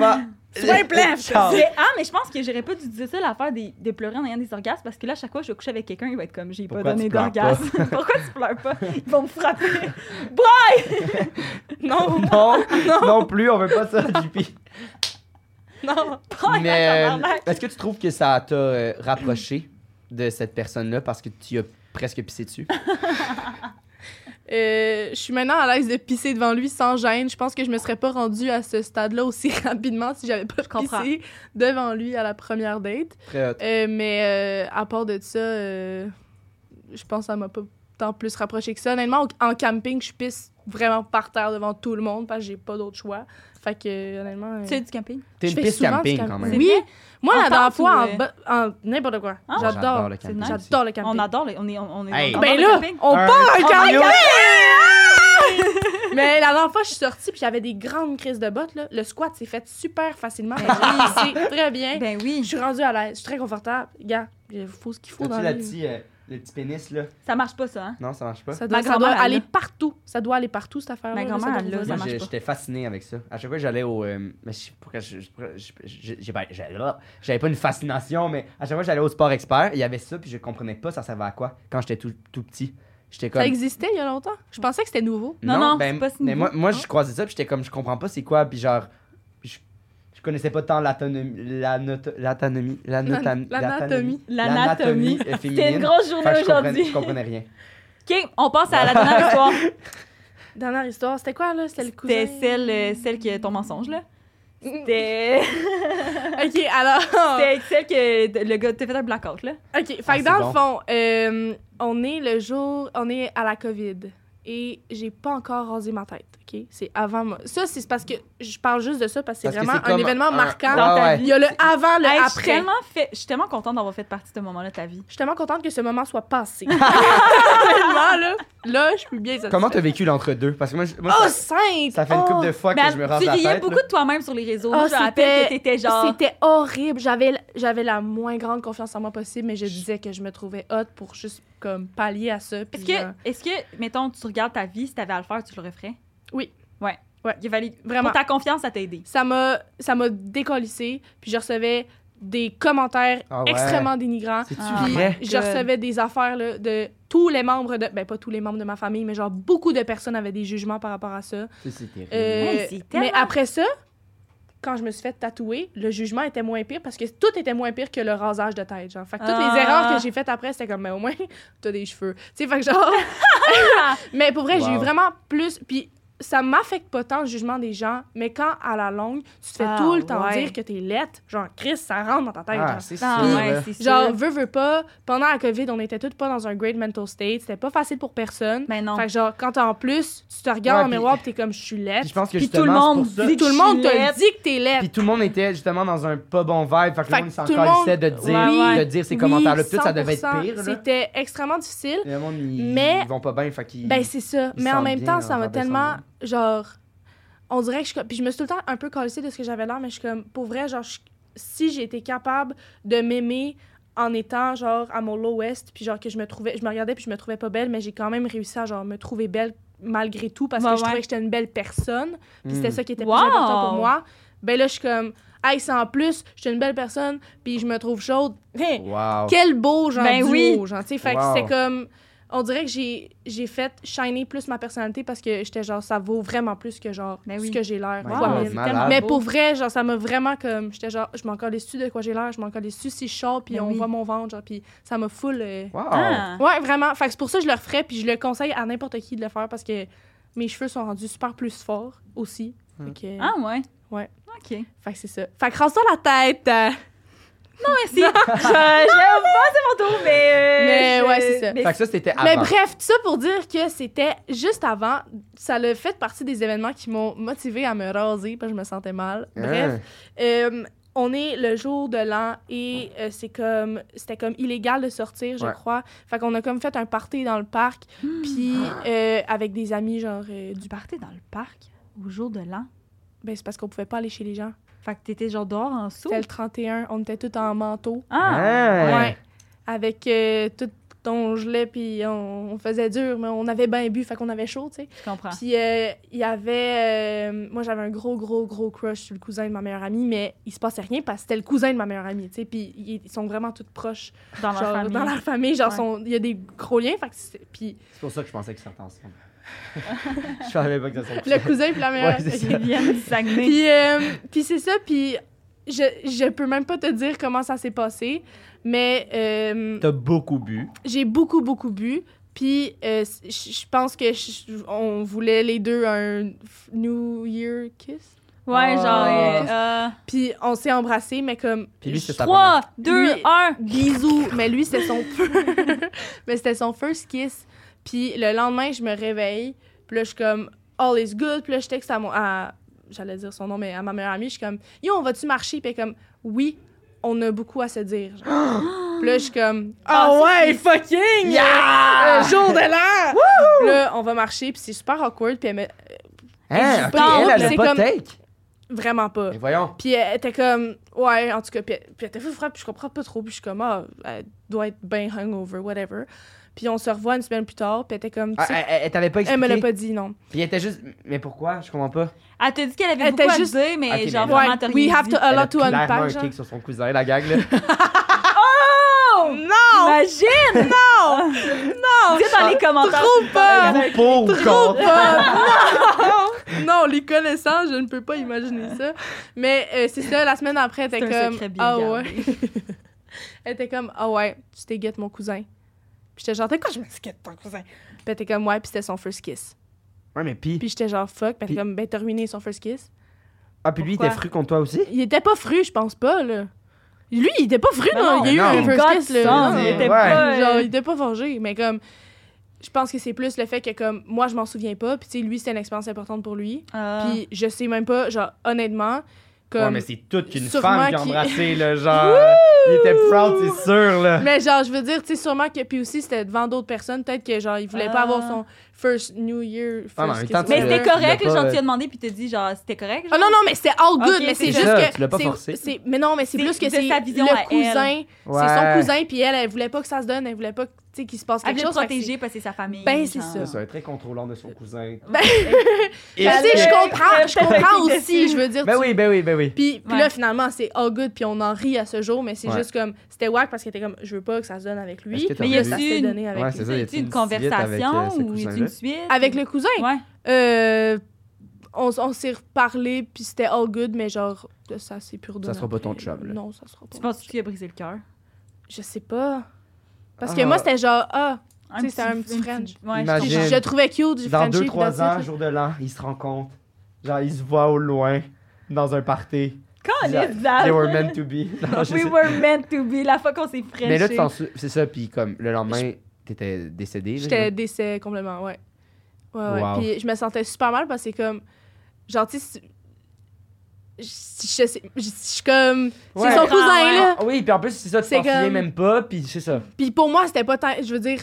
S2: mais- Ah, mais je pense que j'aurais pas dû dire ça, l'affaire des- de pleurer en ayant des orgasmes, parce que là, à chaque fois que je vais coucher avec quelqu'un, il va être comme, j'ai pas
S1: Pourquoi
S2: donné
S1: tu pleures
S2: d'orgasme. Pourquoi tu pleures pas? Ils vont me frapper.
S3: non,
S1: Non, non plus, on veut pas ça, JP.
S3: non.
S2: Broye,
S1: Mais euh,
S2: tabarnak.
S1: est-ce que tu trouves que ça t'a euh, rapproché de cette personne-là parce que tu as presque pissé dessus?
S3: Euh, je suis maintenant à l'aise de pisser devant lui sans gêne. Je pense que je me serais pas rendue à ce stade-là aussi rapidement si j'avais pas
S2: comprends.
S3: pissé devant lui à la première date.
S1: Très hot.
S3: Euh, mais euh, à part de ça, euh, je pense que ça m'a pas tant plus rapproché que ça. Honnêtement, au- en camping, je pisse vraiment par terre devant tout le monde parce que j'ai pas d'autre choix. Fait que, euh, honnêtement. euh,
S2: Tu sais, du camping.
S1: T'es
S3: je
S1: une
S3: fais
S1: piste
S3: souvent du
S1: camping
S3: camp-
S1: quand même.
S2: C'est
S3: Oui.
S2: vrai?
S3: Moi,
S2: En
S3: la dernière
S2: tente ou,
S3: fois, en
S2: euh,
S3: bas- en n'importe quoi.
S2: Ah,
S1: j'adore
S3: J'adore.
S1: le
S2: c'est
S1: camping.
S2: nice.
S3: J'adore le camping.
S2: On adore les. On est, on est,
S1: Hey.
S2: on adore
S3: Ben
S2: le
S3: là,
S2: camping.
S3: on
S1: Un
S3: part
S2: Oh
S3: un
S2: my
S3: camping!
S2: God!
S3: Mais la dernière fois, je suis sortie, puis j'avais des grandes crises de bottes. Là. Le squat s'est fait super facilement. fait que J'ai glissé très bien.
S2: Ben
S3: Je
S2: oui,
S3: suis rendue à l'aise. Je suis très confortable. Gars, il faut ce qu'il faut
S1: T'as-tu
S3: dans
S1: la
S3: la vie.
S1: petite, euh, le petit pénis, là?
S2: ça marche pas ça. Hein?
S1: Non, ça marche pas?
S3: Ça doit,
S2: Ma
S3: ça doit
S2: grand-mère, elle
S3: aller
S2: l'a.
S3: partout. Ça doit aller partout, cette affaire-là.
S2: Ma
S3: là,
S2: grand-mère,
S3: ça
S2: elle
S3: doit
S2: l'a,
S3: vous
S2: ça
S1: Moi,
S2: marche
S3: aller.
S1: j'ai-
S2: pas.
S1: j'étais fasciné avec ça. À chaque fois que j'allais au. euh, mais je sais pourquoi je- je- pourquoi je- je- j'ai pas- j'ai- là, J'avais pas une fascination, mais à chaque fois que j'allais au sport expert, il y avait ça, puis je comprenais pas ça servait à quoi quand j'étais tout, tout petit. J'étais comme.
S3: Ça existait il y a longtemps. Je pensais que c'était nouveau.
S2: Non, non,
S1: ben,
S2: c'est pas si
S1: Mais
S2: nouveau. Ah.
S1: moi, moi je croisais ça, puis j'étais comme, je comprends pas c'est quoi, puis genre. Je, je connaissais pas tant l'anatomie. L'anatomie. L'anatomie.
S3: L'an- l'anatomie.
S1: L'anatomie euh,
S2: C'est une
S1: féminine.
S2: grosse
S1: Fait
S2: journée
S1: que je comprenais, je
S2: aujourd'hui.
S1: comprenais rien.
S2: OK, on passe à la dernière histoire.
S3: Dernière histoire, c'était quoi, là? C'était le cousin?
S2: C'était celle, euh, celle qui est ton mensonge, là. C'était
S3: OK, alors...
S2: c'était celle que t- le gars t'a fait un blackout, là.
S3: OK, fait que
S1: Ah, c'est
S3: dans
S1: bon.
S3: le fond, euh, on est le jour, on est à la COVID et j'ai pas encore rasé ma tête, OK? C'est avant moi. Ça, c'est parce que je parle juste de ça parce que c'est
S1: Parce que
S3: vraiment
S1: c'est
S3: un
S1: comme
S3: événement
S1: un-
S3: marquant.
S1: ouais,
S2: dans ta
S1: ouais.
S2: vie.
S3: Il y a le avant, le
S2: Hey, je, suis
S3: après.
S2: tellement fait- je suis tellement contente d'avoir fait partie de ce moment-là de ta vie.
S3: Je suis tellement contente que ce moment soit passé. Tellement, là, là, je suis bien satisfaite.
S1: Comment t'as vécu l'entre-deux? Parce que moi, je- moi,
S3: Oh,
S1: ça-
S3: sainte!
S1: ça fait une couple
S3: Oh!
S1: de fois que
S2: Mais
S1: je me rase
S2: tu
S1: la
S2: riais
S1: tête.
S2: beaucoup
S1: là.
S2: de toi-même sur les réseaux.
S3: Ah,
S2: je me rappelle
S3: c'était-
S2: que t'étais genre...
S3: C'était horrible. J'avais, j'avais la moins grande confiance en moi possible, mais je disais que je me trouvais hot pour juste comme pallier à ça. puis
S2: Est-ce
S3: genre-
S2: que, est-ce que, mettons, tu regardes ta vie, si t'avais à le faire, tu le referais?
S3: Oui.
S2: Ouais.
S3: Ouais.
S2: Il valait-
S3: Vraiment.
S2: Pour ta confiance, ça t'a aidé.
S3: ça m'a ça m'a décollissé puis je recevais des commentaires
S1: Ah ouais.
S3: extrêmement dénigrants
S1: C'est-tu
S2: Ah.
S3: puis
S1: vrai?
S3: je
S2: God.
S3: recevais des affaires là, de tous les membres de ben pas tous les membres de ma famille mais genre beaucoup de personnes avaient des jugements par rapport à ça
S1: Ça, C'est terrible.
S3: Euh,
S2: Hey, c'est tellement-
S3: mais après ça quand je me suis fait tatouer, le jugement était moins pire parce que tout était moins pire que le rasage de tête. Genre. Fait que toutes
S2: Ah.
S3: les erreurs que j'ai faites après, c'était comme, mais au moins, t'as des cheveux. Tu sais, fait que genre. mais pour vrai, j'ai eu
S1: Wow.
S3: vraiment plus. Puis ça m'affecte pas tant le jugement des gens, mais quand à la longue, tu te fais
S2: Ah,
S3: tout le temps
S2: ouais.
S3: dire que t'es lettre, genre, Chris, ça rentre dans ta tête.
S1: Ah,
S3: genre.
S1: c'est
S2: Ah,
S1: sûr,
S2: ouais,
S1: là.
S2: c'est sûr.
S3: Genre, veux, veux pas, pendant la COVID, on était toutes pas dans un great mental state. C'était pas facile pour personne.
S2: Ben non.
S3: Fait que genre, quand en plus, tu te regardes
S1: Ouais,
S3: en
S1: puis-
S3: miroir pis t'es comme, je suis lettre.
S1: Puis je pense que
S2: Puis tout le
S1: justement,
S2: monde
S1: c'est pour ça-
S2: dit
S3: Tout le monde te
S2: Je suis
S3: le
S2: lettre.
S3: dit que t'es lettre.
S1: Puis tout le monde était justement dans un pas bon vibe. Fait que
S3: Fait
S1: le monde
S3: que
S1: s'en
S3: tout le monde-
S1: calissait de dire,
S2: Ouais, ouais.
S1: de dire ces
S3: Oui,
S1: commentaires-là. Puis tout, ça devait
S3: 100%.
S1: être pire. là.
S3: C'était extrêmement difficile.
S1: Le monde, ils,
S3: Mais-
S1: ils vont pas bien. Fait qu'ils.
S3: Ben, c'est ça.
S1: ils
S3: Mais en
S1: sentent
S3: même
S1: bien
S3: temps, ça m'a
S1: envers personne,
S3: tellement,
S1: hein.
S3: genre, on dirait que je suis comme- Puis je me suis tout le temps un peu collée de ce que j'avais l'air, mais je suis comme, pour vrai, genre, je- si j'ai été capable de m'aimer en étant, genre, à mon lowest, puis genre, que je me trouvais, je me regardais, puis je me trouvais pas belle, mais j'ai quand même réussi à, genre, me trouver belle malgré tout, parce
S1: Bah
S2: Ouais,
S3: que je
S2: ouais.
S3: trouvais que j'étais une belle personne, puis
S1: Hmm.
S3: c'était ça qui était
S2: Wow!
S3: plus important pour moi. Ben là, je suis comme, hey, c'est en plus, je suis une belle personne, puis je me trouve chaude. Hein,
S1: Wow.
S3: quel beau genre
S2: Ben
S3: duo,
S2: oui.
S3: genre, tu sais, fait
S1: Wow.
S3: que c'était comme on dirait que j'ai j'ai fait shiner plus ma personnalité parce que j'étais genre ça vaut vraiment plus que genre
S2: Ben
S3: ce
S2: oui.
S3: que j'ai l'air.
S1: Ben
S2: Wow,
S3: fois
S1: oui,
S3: mille.
S2: c'est
S1: malade.
S2: tellement
S3: Mais
S2: beau.
S3: pour vrai, genre ça m'a vraiment comme j'étais genre je m'en calais dessus de quoi j'ai l'air, je m'en calais dessus si je sors puis
S2: Ben
S3: on
S2: oui.
S3: voit mon ventre genre puis ça m'a full euh,
S1: Wow.
S2: Ah.
S3: Ouais, vraiment. Fait que c'est pour ça que je le referais puis je le conseille à n'importe qui de le faire parce que mes cheveux sont rendus super plus forts aussi. Fait que,
S2: Ah ouais?
S3: Ouais.
S2: OK.
S3: fait que c'est ça. Fait que rase-toi la tête. euh.
S2: Non, Ah, merci. je, je- bon, c'est mon tour, mais... euh,
S3: Mais
S2: je-
S3: ouais, c'est ça.
S2: mais-
S1: Fait que ça, c'était
S3: Mais
S1: avant.
S3: bref, tout ça pour dire que c'était juste avant. Ça l'a
S1: Ah.
S3: fait partie des événements qui m'ont motivée à me raser parce que je me sentais mal. Bref,
S1: Hein.
S3: euh, on est le jour de l'an et euh, c'est comme c'était comme illégal de sortir, je
S1: Ouais.
S3: crois. Fait qu'on a comme fait un party dans le parc, puis euh, avec des amis genre euh, du
S2: Du party dans le parc au jour de l'an.
S3: ben c'est parce qu'on pouvait pas aller chez les gens.
S2: Fait que t'étais genre dehors en sous.
S3: C'était le 31, on était tous en manteau.
S2: Ah!
S1: Hein?
S3: Ouais. Avec euh, tout on gelait puis on, on faisait dur mais on avait bien bu fait qu'on avait chaud, tu sais.
S2: Je comprends.
S3: Puis euh, il y avait. euh, moi, j'avais un gros, gros, gros crush sur le cousin de ma meilleure amie, mais il se passait rien parce que c'était le cousin de ma meilleure amie, tu sais. Puis ils- ils sont vraiment tous proches.
S2: Dans
S3: genre,
S2: leur famille.
S3: Dans leur famille, genre,
S2: Ouais.
S3: sont- il y a des gros liens. Fait que c'est- puis
S1: C'est pour ça que je pensais qu'ils sortaient ensemble. je savais pas que ça sortait.
S3: le cousin puis la meilleure
S1: Ouais, c'est ça.
S2: Ils viennent du Saguenay.
S3: Puis, euh, puis c'est ça, puis je, je peux même pas te dire comment ça s'est passé, mais euh,
S1: T'as beaucoup bu.
S3: j'ai beaucoup, beaucoup bu. Puis euh, c- je je pense que je- on voulait les deux un f- New Year kiss.
S2: Ouais, genre.
S1: Ah.
S2: euh, euh,
S3: Puis on s'est embrassés, mais comme.
S1: Puis lui, c'est sa
S2: 3,
S1: première.
S2: 2,
S3: Lui-
S2: 1.
S3: Bisous. Mais lui, c'était son mais c'était son first kiss. Puis le lendemain, je me réveille. Puis là, je suis comme all is good. Puis là, je texte à mon à- j'allais dire son nom mais à ma meilleure amie, je suis comme yo, on va-tu marcher Puis elle est comme oui, on a beaucoup à se dire. genre. puis là, je suis comme ah
S2: Ah,
S3: ouais, fucking
S1: Yeah!
S3: euh, jour de l'an. Puis là, on va marcher. Puis c'est super awkward. Puis elle me
S1: Hein?
S3: je
S1: ok,
S3: parle,
S1: elle, elle
S3: c'est
S1: a pas
S3: comme-
S1: take.
S3: vraiment pas.
S1: Mais voyons.
S3: Puis elle était comme, ouais, en tout cas, puis elle, puis elle était fou frappe, puis je comprends pas trop, puis je suis comme, ah, elle doit être bien hangover, whatever. Puis on se revoit une semaine plus tard, puis elle était comme, tu
S1: Ah,
S3: sais,
S1: elle elle- elle t'avait pas
S3: elle me l'a
S1: expliqué.
S3: pas dit, non.
S1: Puis elle était juste. Mais pourquoi? Je comprends pas.
S2: Elle t'a dit qu'elle avait
S3: Elle
S2: beaucoup
S3: était
S2: à
S3: juste-
S2: dire, mais
S1: Ok,
S2: genre,
S1: mais-
S2: vraiment, t'as
S3: Ouais, we
S2: rien
S3: have
S2: dit.
S3: to a
S1: elle a
S3: lot to hein.
S1: clairement
S3: unpack,
S1: un
S3: genre.
S1: kick sur son cousin, la gang, là.
S2: Oh!
S3: Non!
S2: Imagine! Ah.
S3: Non! Non!
S2: Dis dans les commentaires.
S3: Trop pas!
S1: Êtes-vous pour ou
S3: Ah, Trop
S1: contre?
S3: pas! Non! Non, les connaissances, je ne peux pas imaginer ça. Mais euh, c'est ça, la semaine après, elle était
S2: C'est un
S3: comme,
S2: secret bien
S3: ah
S2: gardé.
S3: ouais. Elle était comme, ah ouais, tu t'es guette mon cousin. Puis j'étais genre, t'es quoi, je me suis guette ton cousin? Puis elle était comme, ouais, puis c'était son first kiss.
S1: Ouais, mais pis.
S3: Puis j'étais genre fuck, ben,
S1: Puis-
S3: comme ben terminé son first kiss.
S1: Ah, puis lui, il était
S2: Pourquoi?
S1: fru contre toi aussi?
S3: Il était pas fru, je pense pas là. Lui, il était pas fru,
S2: Non,
S3: non,
S2: non,
S3: il y a eu
S1: non.
S3: un first
S2: God
S3: kiss là.
S2: son,
S1: il
S3: Non,
S1: était
S3: non.
S2: pas, euh,
S3: genre il était pas forgé, mais comme je pense que c'est plus le fait que comme moi je m'en souviens pas, puis tu sais lui c'est une expérience importante pour lui.
S2: Ah.
S3: Puis je sais même pas, genre honnêtement comme
S1: Ouais, mais c'est toute une
S3: Sûrement
S1: femme qui a
S3: qu'il-
S1: embrassé, là, genre. il était proud, c'est sûr, là.
S3: Mais genre, je veux dire, tu sais, sûrement que. Puis aussi, c'était devant d'autres personnes. Peut-être que, genre, il voulait
S2: Ah.
S3: pas avoir son first New Year. First
S1: Ah, mais en même
S3: kiss,
S1: temps, tu
S2: Mais
S1: l'as-
S3: whatever.
S2: c'était
S1: tu l'as
S2: correct,
S1: pas,
S2: genre,
S1: euh,
S2: tu as demandé, puis t'as dit, genre, c'était correct.
S3: Ah
S2: genre?
S3: non, non, mais c'était all good,
S2: Ok,
S3: mais
S2: c'est
S3: c'est
S2: ça.
S3: juste
S1: Ça,
S3: que.
S1: tu l'as pas
S3: c'est-
S1: forcé.
S3: c'est- Mais non, mais c'est
S2: C'est
S3: plus que
S2: de
S3: c'est
S2: sa vision à
S3: le
S2: elle.
S3: cousin. C'est
S1: Ouais.
S3: son cousin, puis elle, elle voulait pas que ça se donne, elle voulait pas que, tu sais, qu'il se passe
S2: Elle
S3: quelque
S2: voulait le
S3: chose. fait que
S2: protéger parce que c'est sa famille.
S3: Ben, c'est
S2: genre.
S3: ça.
S1: Ça, va être très contrôlant de son cousin.
S3: Ben-
S1: Et
S3: c'est- Mais
S1: c'est-
S3: tu sais, je comprends, je
S2: Elle a
S3: comprends
S2: été
S3: aussi,
S2: déçue.
S3: je veux dire.
S1: Ben
S3: tu-
S1: oui, ben oui, ben oui.
S3: Puis, puis
S2: Ouais.
S3: là, finalement, c'est all good, puis on en rit à ce jour, mais c'est
S1: Ouais.
S3: juste comme. C'était wack parce qu'elle était comme, je veux pas que ça se donne avec lui.
S1: Est-ce que t'as
S3: Mais
S2: revu-
S3: ça s'est donné avec
S1: Ouais,
S3: lui.
S1: c'est ça,
S2: Y
S1: y
S2: a-tu
S1: a-t-il
S2: une
S1: une suite avec,
S2: conversation
S1: euh, ce
S2: ou y a-tu
S1: cousin-là?
S2: une suite?
S3: Avec le cousin.
S2: Ouais.
S3: Euh, on, s- on s'est reparlé, puis c'était all good, mais genre, ça, c'est pur de.
S1: Ça sera pas ton chum, là.
S3: Non, ça sera pas.
S2: Tu
S3: mon
S2: penses qu'il a brisé le cœur?
S3: Je sais pas. Parce
S1: Ah.
S3: que moi, c'était genre, ah, Tu sais,
S2: petit-
S3: c'est un petit
S2: une
S3: French.
S2: petite- Ouais,
S1: Imagine.
S3: je,
S2: je
S3: je trouvais cute du
S1: Dans
S3: Frenchie, puis
S1: 2-3
S3: that's it,
S1: ans,
S3: là.
S1: jour de l'an, ils se rencontrent. Genre, ils se voient au loin, dans un party.
S2: Quand
S1: Genre,
S2: les
S3: Ah,
S1: They were
S2: âmes-
S1: meant to be. Non, je
S2: We
S1: sais.
S2: were meant to be, la fois qu'on s'est frenché.
S1: Mais là, tu t'en sou- C'est ça, puis comme le lendemain, t'étais décédé. là,
S3: J'étais décès complètement, ouais. Ouais, ouais.
S1: Wow.
S3: Puis je me sentais super mal parce que c'est comme. Genre, tu sais, c'est- je, je sais- je- je suis comme.
S1: Ouais.
S3: C'est son
S2: Ah,
S3: cousin,
S2: ouais.
S3: là.
S1: Ah oui, puis en plus, c'est ça, tu
S3: C'est
S1: t'en souviens
S3: comme-
S1: même pas, puis c'est ça.
S3: Puis pour moi, c'était pas tant. Je veux dire,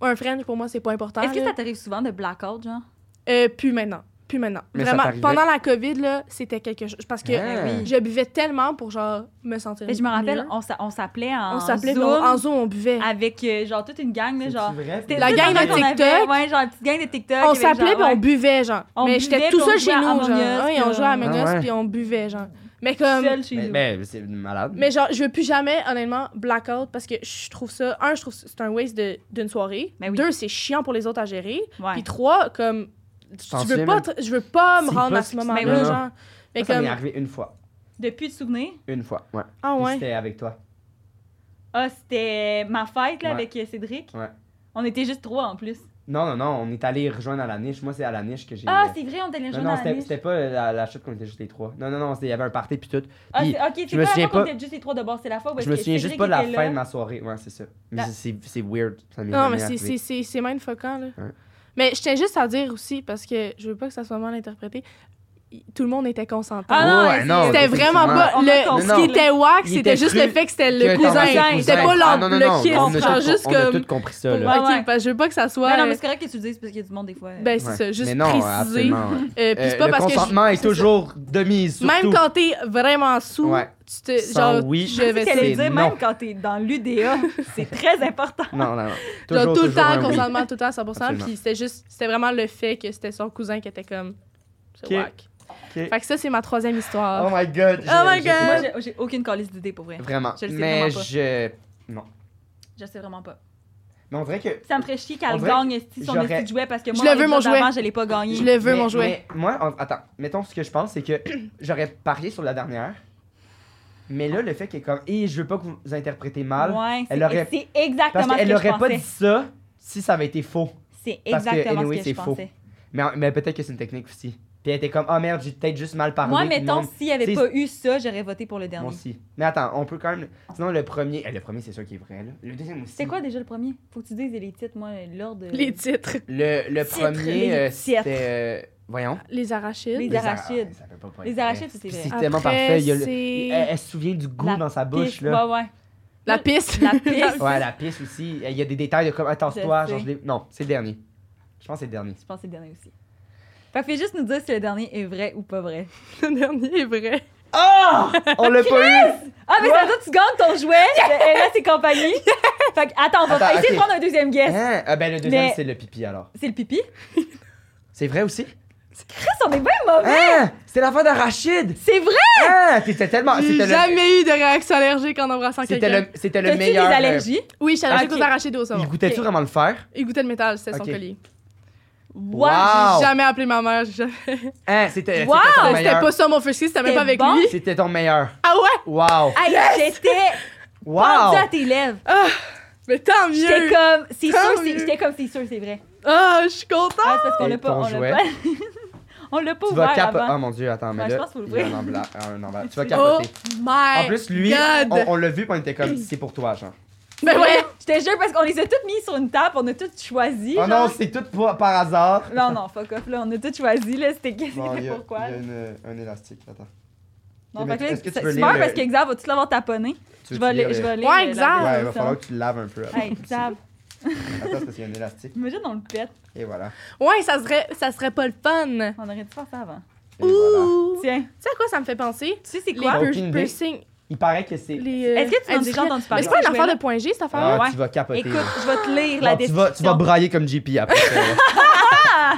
S3: un French, pour moi, c'est pas important.
S2: Est-ce que
S3: là.
S2: ça t'arrive souvent de blackout, genre?
S3: Euh, plus maintenant. Plus maintenant.
S1: Mais ça
S3: Vraiment,
S1: t'arrivait.
S3: pendant la COVID, là, c'était quelque chose. Parce que
S1: Hein?
S3: je buvais tellement pour, genre, me sentir.
S2: Mais je me rappelle,
S3: mieux.
S2: on s'a- on s'appelait en
S3: Euh, on s'appelait, puis
S2: Zoom
S3: on- en Zoom, on buvait.
S2: avec, euh, genre, toute une gang, là,
S1: C'est-tu
S2: genre...
S1: vrai?
S2: C'était
S3: La
S2: toute
S3: gang de
S2: qu'on avait,
S3: TikTok.
S2: Ouais, genre, une petite gang de TikTok.
S3: On
S2: avec, genre,
S3: s'appelait puis
S2: ouais.
S3: on buvait, genre.
S2: On
S3: mais
S2: buvait,
S3: j'étais tout
S2: puis on
S3: seul chez
S2: jouait à
S3: nous, genre.
S2: Among Us,
S3: Ouais, on
S2: puis
S3: jouait à
S2: on-
S3: Among
S1: Ah
S3: Us
S1: ouais.
S3: puis on buvait, genre. Mais comme.
S2: Seul chez
S1: Mais,
S2: nous.
S1: mais c'est malade.
S3: Mais genre, je veux plus jamais, honnêtement, blackout parce que je trouve ça. Un, je trouve que c'est un waste de- d'une soirée.
S2: Ben oui.
S3: Deux, c'est chiant pour les autres à gérer.
S2: Ouais.
S3: Puis trois, comme.
S1: t'en
S3: Tu veux
S1: souviens
S3: pas,
S1: même-
S3: te- je veux pas me
S1: C'est
S3: rendre
S1: pas
S3: à
S1: ce
S3: ce
S1: qui-
S3: moment-là,
S1: Ben non.
S3: genre. Mais
S1: ça, ça m'est
S3: comme.
S1: arrivé une fois.
S2: Depuis de souvenirs?
S1: Une fois, ouais.
S3: Ah
S1: Puis
S3: ouais.
S1: C'était avec toi.
S2: Ah, c'était ma fête, là,
S1: Ouais.
S2: avec euh, Cédric.
S1: Ouais.
S2: On était juste trois, en plus.
S1: Non, non, non, on est allé rejoindre à la niche. Moi, c'est à la niche que j'ai. euh,
S2: Ah, c'est vrai, on était les
S1: Non,
S2: gens
S1: non,
S2: dans la
S1: c'était
S2: niche.
S1: c'était pas la, la chute qu'on était juste les trois. Non, non, non, c'était- il y avait un party puis tout.
S2: Ah,
S1: Puis,
S2: c'est- ok,
S1: je
S2: c'est
S1: me
S2: pas
S1: souviens
S2: la fois
S1: pas-
S2: qu'on était juste les trois de bord, c'est la fois où
S1: je
S2: est-ce
S1: me
S2: que
S1: souviens juste
S2: Cédric
S1: pas de la
S2: était là.
S1: fin de ma soirée. Ouais, c'est ça. Mais
S2: La-
S1: c'est- c'est c'est weird. Ça m'est
S3: Non,
S1: jamais
S3: mais c'est-
S1: arrivé.
S3: c'est- c'est c'est mindfuckant, là.
S1: Ouais.
S3: Mais je tiens juste à dire aussi, parce que je veux pas que ça soit mal interprété, tout le monde était consentant.
S2: Ah non,
S1: Ouais,
S2: c'est-
S1: non,
S3: C'était
S1: Oh,
S3: vraiment
S1: définitivement.
S3: pas.
S2: On a
S3: Le,
S2: compris.
S3: ce qui était wack,
S1: Il
S3: c'était
S1: était
S3: juste
S1: cru
S3: le fait que c'était
S1: Que
S3: le
S1: t'en
S3: cousin.
S1: as un
S3: C'était
S1: cousin.
S3: pas l'en-
S1: Ah, non, non, non,
S3: le kiss.
S1: on a
S3: genre
S1: tout-
S3: juste
S1: on a
S3: comme.
S1: tout compris ça,
S3: Ok,
S1: là.
S2: Ouais, ouais.
S3: parce que je veux pas que ça soit.
S2: Ben non, mais
S3: euh,
S2: c'est correct que tu le dises parce qu'il y a du monde des fois. euh,
S3: Ben, c'est
S1: Ouais.
S3: ça, juste
S1: Mais non,
S3: préciser.
S1: absolument, ouais.
S3: Euh, puis c'est
S1: Euh,
S3: pas
S1: le
S3: parce que je-
S1: consentement est
S3: c'est ça.
S1: toujours de mise, surtout.
S3: Même quand t'es vraiment sous,
S1: Ouais.
S3: tu te.
S1: Sans
S3: Genre,
S1: oui,
S2: Je
S3: je
S2: vais
S3: vais.
S1: c'est
S2: dire, même
S1: non.
S2: quand t'es dans l'UDA, c'est très important.
S1: Non, non, non.
S3: Genre,
S1: Toujours,
S3: tout le
S1: toujours
S3: temps,
S1: un oui.
S3: consentement, tout le temps, 100%.
S1: Absolument.
S3: Puis c'était juste. C'était vraiment le fait que c'était son cousin qui était comme. C'est
S1: Ok.
S3: wack.
S1: Ok.
S3: Fait que ça, c'est ma troisième
S1: Oh
S3: histoire.
S1: my god.
S3: Oh my
S1: je- je-
S3: God.
S2: Moi, j'ai- j'ai aucune calice d'idée pour vrai.
S1: Vraiment.
S2: Je le sais
S1: mais
S2: vraiment pas.
S1: je.
S2: Je sais vraiment pas.
S1: Mais on dirait que.
S2: Ça me ferait chier
S1: On
S2: qu'elle
S1: dirait
S2: gagne esti, son
S1: j'aurais-
S2: esti de jouet parce que moi,
S3: Je le
S2: dans
S3: veux, mon
S2: l'épisode
S3: jouet.
S2: d'avant, je l'ai pas gagné.
S3: Je le veux,
S1: mais-
S3: mon jouet.
S1: mais moi, en- attends, mettons ce que je pense, c'est que j'aurais parié sur la dernière. Mais là, le fait qu'elle est comme. Et je veux pas que vous interprétez mal.
S2: Ouais,
S1: Ah, Elle
S2: c'est-
S1: aurait-
S2: c'est
S1: parce
S2: exactement ce
S1: qu'elle
S2: que je
S1: aurait pas dit
S2: pensais.
S1: ça si ça avait été faux.
S2: C'est
S1: parce que,
S2: exactement
S1: anyway,
S2: ce que
S1: c'est
S2: je
S1: faux.
S2: pensais.
S1: Mais, mais peut-être que c'est une technique aussi. Puis elle était comme, ah merde, j'ai peut-être juste mal parlé.
S2: Moi,
S1: puis
S2: mettons,
S1: non,
S2: s'il n'y avait
S1: t'sais,
S2: pas eu ça, j'aurais voté pour le
S1: Moi
S2: dernier.
S1: aussi. Mais attends, on peut quand même. Sinon, le premier. eh, le premier, c'est sûr qui est vrai, là. Le deuxième aussi.
S2: C'est quoi déjà le premier? Faut que tu dises les titres, moi,
S1: Oh.
S2: l'ordre.
S3: Les titres.
S1: Le, le
S2: Titre, les
S1: premier, euh,
S2: titres.
S1: c'était. euh, voyons.
S3: Les arachides.
S2: Les
S1: Les ara-
S2: arachides.
S1: ça peut pas être
S2: Les
S1: vrai.
S2: arachides, c'est
S1: Puis
S2: vrai.
S1: C'est tellement
S3: Après,
S1: parfait. il y a le- Eh,
S3: c'est-
S1: elle, elle se souvient du goût
S2: La
S1: dans sa bouche,
S2: Piste,
S1: là.
S2: Ouais, ouais.
S3: La piste.
S2: La piste.
S1: Ouais, la piste aussi. Eh, Il y a des détails de comme, attends-toi,
S2: Je sais.
S1: genre, je l'ai- Non, c'est le dernier. Je pense que c'est le dernier.
S2: Je pense que c'est le dernier aussi. Fait que fais juste nous dire si le dernier est vrai ou pas vrai.
S3: Le dernier est vrai.
S1: Ah! On l'a pas eu!
S2: Ah, mais ça veut dire que tu gagnes ton jouet de LS et compagnie. Fait que, attends, on va
S1: Attends,
S2: essayer de
S1: ok.
S2: prendre un deuxième guess.
S1: Hein? Ah, ben le deuxième,
S2: Mais-
S1: c'est le pipi alors.
S2: C'est le pipi.
S1: C'est vrai aussi?
S2: Chris, on est bien mauvais.
S1: Hein? C'était l'affaire d'arachide!
S2: C'est vrai!
S1: Hein? T'étais tellement.
S3: J'ai
S1: C'était le.
S3: jamais eu de réaction allergique en embrassant
S1: C'était
S3: quelqu'un.
S1: le, c'était le
S2: T'as-tu des
S1: meilleur. euh,
S2: allergies?
S3: Oui, je suis allergique
S2: Ok.
S3: aux arachides et au saumon.
S1: Il goûtait-tu
S2: Ok.
S1: vraiment le fer?
S3: Il goûtait le métal, c'était
S1: Ok.
S3: son collier.
S2: Wow!
S1: Wow!
S3: J'ai jamais appelé ma mère. j'ai jamais-
S1: Hein?
S2: Wow!
S1: C'était c'était ton
S3: C'était
S1: meilleur.
S3: pas ça mon frisky, c'était même
S2: C'était
S3: pas avec
S2: bon?
S3: lui.
S1: C'était ton meilleur.
S3: Ah ouais?
S1: Wow!
S2: Hey, j'étais pendue à
S1: Wow!
S2: tes lèvres.
S3: Mais tant mieux!
S2: J'étais comme, c'est
S3: Tant
S2: sûr, c'est-
S3: mieux.
S2: j'étais comme, c'est sûr, c'est vrai.
S3: Ah, je suis contente!
S2: Ah, c'est parce qu'on
S1: Et
S2: l'a pas,
S1: ton
S2: on l'a
S1: jouet?
S2: pas. on l'a pas
S1: Tu vas
S2: ouvert
S1: capoter.
S2: avant.
S1: Oh mon dieu, attends, mais
S2: Ouais, je
S1: là.
S2: pense qu'il faut
S1: il y a un embla- un embla-
S2: Oh
S1: Tu vas capoter.
S3: Oh my!
S1: En plus, lui,
S3: God.
S1: on, on l'a vu, puis on était comme, c'est pour toi, genre.
S3: ben ouais!
S2: Je te jure, parce qu'on les a toutes mis sur une table, on a toutes choisi.
S1: Oh non,
S2: genre.
S1: c'est tout pour- par hasard.
S2: non, non, fuck off, là, on a toutes choisi, là, c'était qu'est-ce
S1: Bon, il y a,
S2: pourquoi.
S1: il y a une- un élastique, attends.
S2: Non,
S1: Mais
S2: fait que là,
S1: est-ce que tu
S2: c'est
S1: veux
S2: c'est
S1: lire
S2: peur
S1: le-
S2: parce que Xav va tout l'avoir taponné.
S1: Tu
S2: Je
S1: veux-tu
S2: vais
S1: lire
S2: lire. Je
S1: le-
S2: vais lire euh,
S3: Ouais,
S2: la
S3: Xav!
S1: Ouais, il va
S2: version.
S1: falloir que tu le laves un peu.
S2: Hey, Xav,
S1: Attends, parce qu'il y a un élastique.
S2: imagine, on le pète.
S1: Et voilà.
S3: Ouais, ça serait, ça serait pas le fun!
S2: On aurait dû faire ça avant.
S1: Et voilà.
S3: Ouh! Tu
S2: Tiens, tu
S3: sais à quoi ça me fait penser?
S2: sais, c'est
S3: Les
S2: quoi?
S1: T'as
S3: pur-
S1: aucune idée?
S3: piercings.
S1: Il paraît que c'est.
S3: les, euh,
S2: Est-ce que tu en as déjà
S3: industriels.
S2: entendu
S3: Mais
S2: parler?
S3: c'est pas
S2: de
S3: une
S2: ce
S3: affaire
S2: jouet-là?
S3: de point G, cette affaire-là?
S1: Ah,
S2: ouais.
S1: tu vas capoter.
S2: Écoute,
S1: là.
S2: je vais te lire la
S1: Non, tu, vas,
S2: description.
S1: tu vas brailler comme JP après ça. là.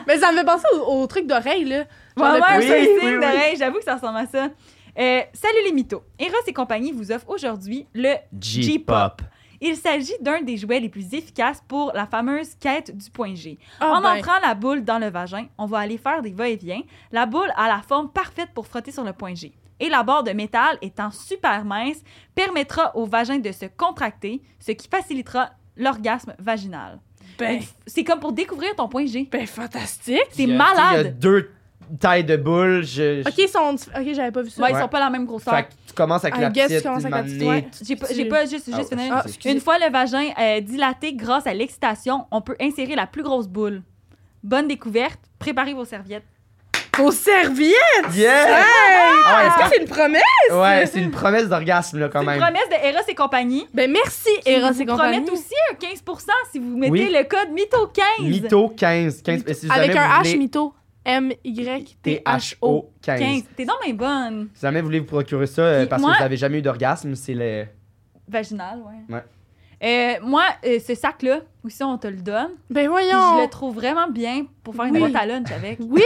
S3: Mais ça me fait penser au, au truc d'oreille, là. Genre
S2: Ouais,
S3: le
S2: ouais, un
S1: Oui,
S2: piercing
S1: oui, oui.
S2: d'oreille, j'avoue que ça ressemble à ça. Euh, salut les mythos. Eros et compagnie vous offre aujourd'hui le J-pop. Il s'agit d'un des jouets les plus efficaces pour la fameuse quête du point G.
S3: Ah,
S2: en
S3: ben.
S2: entrant la boule dans le vagin, on va aller faire des va-et-vient. La boule a la forme parfaite pour frotter sur le point G. Et la barre de métal étant super mince, permettra au vagin de se contracter, ce qui facilitera l'orgasme vaginal.
S3: Ben,
S2: Donc, C'est comme pour découvrir ton point G.
S3: ben, fantastique!
S2: C'est
S1: Il y a- Il y a
S2: malade.
S1: deux tailles de boules. Je, je-
S3: Ok, ils sont... dif- Ok, j'avais pas vu ça.
S2: Ouais, Ils
S1: Ouais.
S2: sont pas la même grosseur.
S1: Fait que tu commences avec
S3: I
S1: la
S3: guess
S1: petite,
S3: tu commences avec la petite,
S1: m'amener-
S3: ouais.
S2: J'ai pas,
S3: Tu-
S2: j'ai pas juste,
S1: Ah,
S2: juste
S1: ouais,
S2: fini.
S1: Ah,
S3: excusez.
S2: Une fois le vagin euh, dilaté grâce à l'excitation, on peut insérer la plus grosse boule. Bonne découverte. Préparez vos serviettes.
S3: Faut servir!
S1: Yeah! Ah ouais,
S3: Est-ce que
S1: c'est-
S3: c'est une promesse?
S1: ouais, c'est une promesse d'orgasme, là, quand
S2: C'est une
S1: même.
S2: promesse de Eros et compagnie.
S3: Ben merci,
S2: Ils
S3: Eros
S2: vous
S3: et compagnie.
S2: promettent aussi un 15% si vous mettez
S1: Oui.
S2: le code MITO15.
S1: Mytho 15. 15
S2: Mytho-
S1: si
S3: Avec
S1: jamais
S3: un
S1: vous
S3: H
S1: voulez-
S3: mytho. M-Y-T-H-O.
S1: T-H-O 15.
S2: 15. T'es donc bien bonne.
S1: Si jamais vous voulez vous procurer ça euh,
S2: Puis
S1: parce
S2: moi-
S1: que vous n'avez jamais eu d'orgasme, c'est le.
S2: Vaginal, ouais.
S1: Ouais.
S2: Euh, moi, euh, ce sac-là, aussi, on te le donne.
S3: Ben
S2: Puis
S3: voyons.
S2: je le trouve vraiment bien pour faire une
S3: Oui.
S2: boîte à lunch avec. Il
S3: Oui!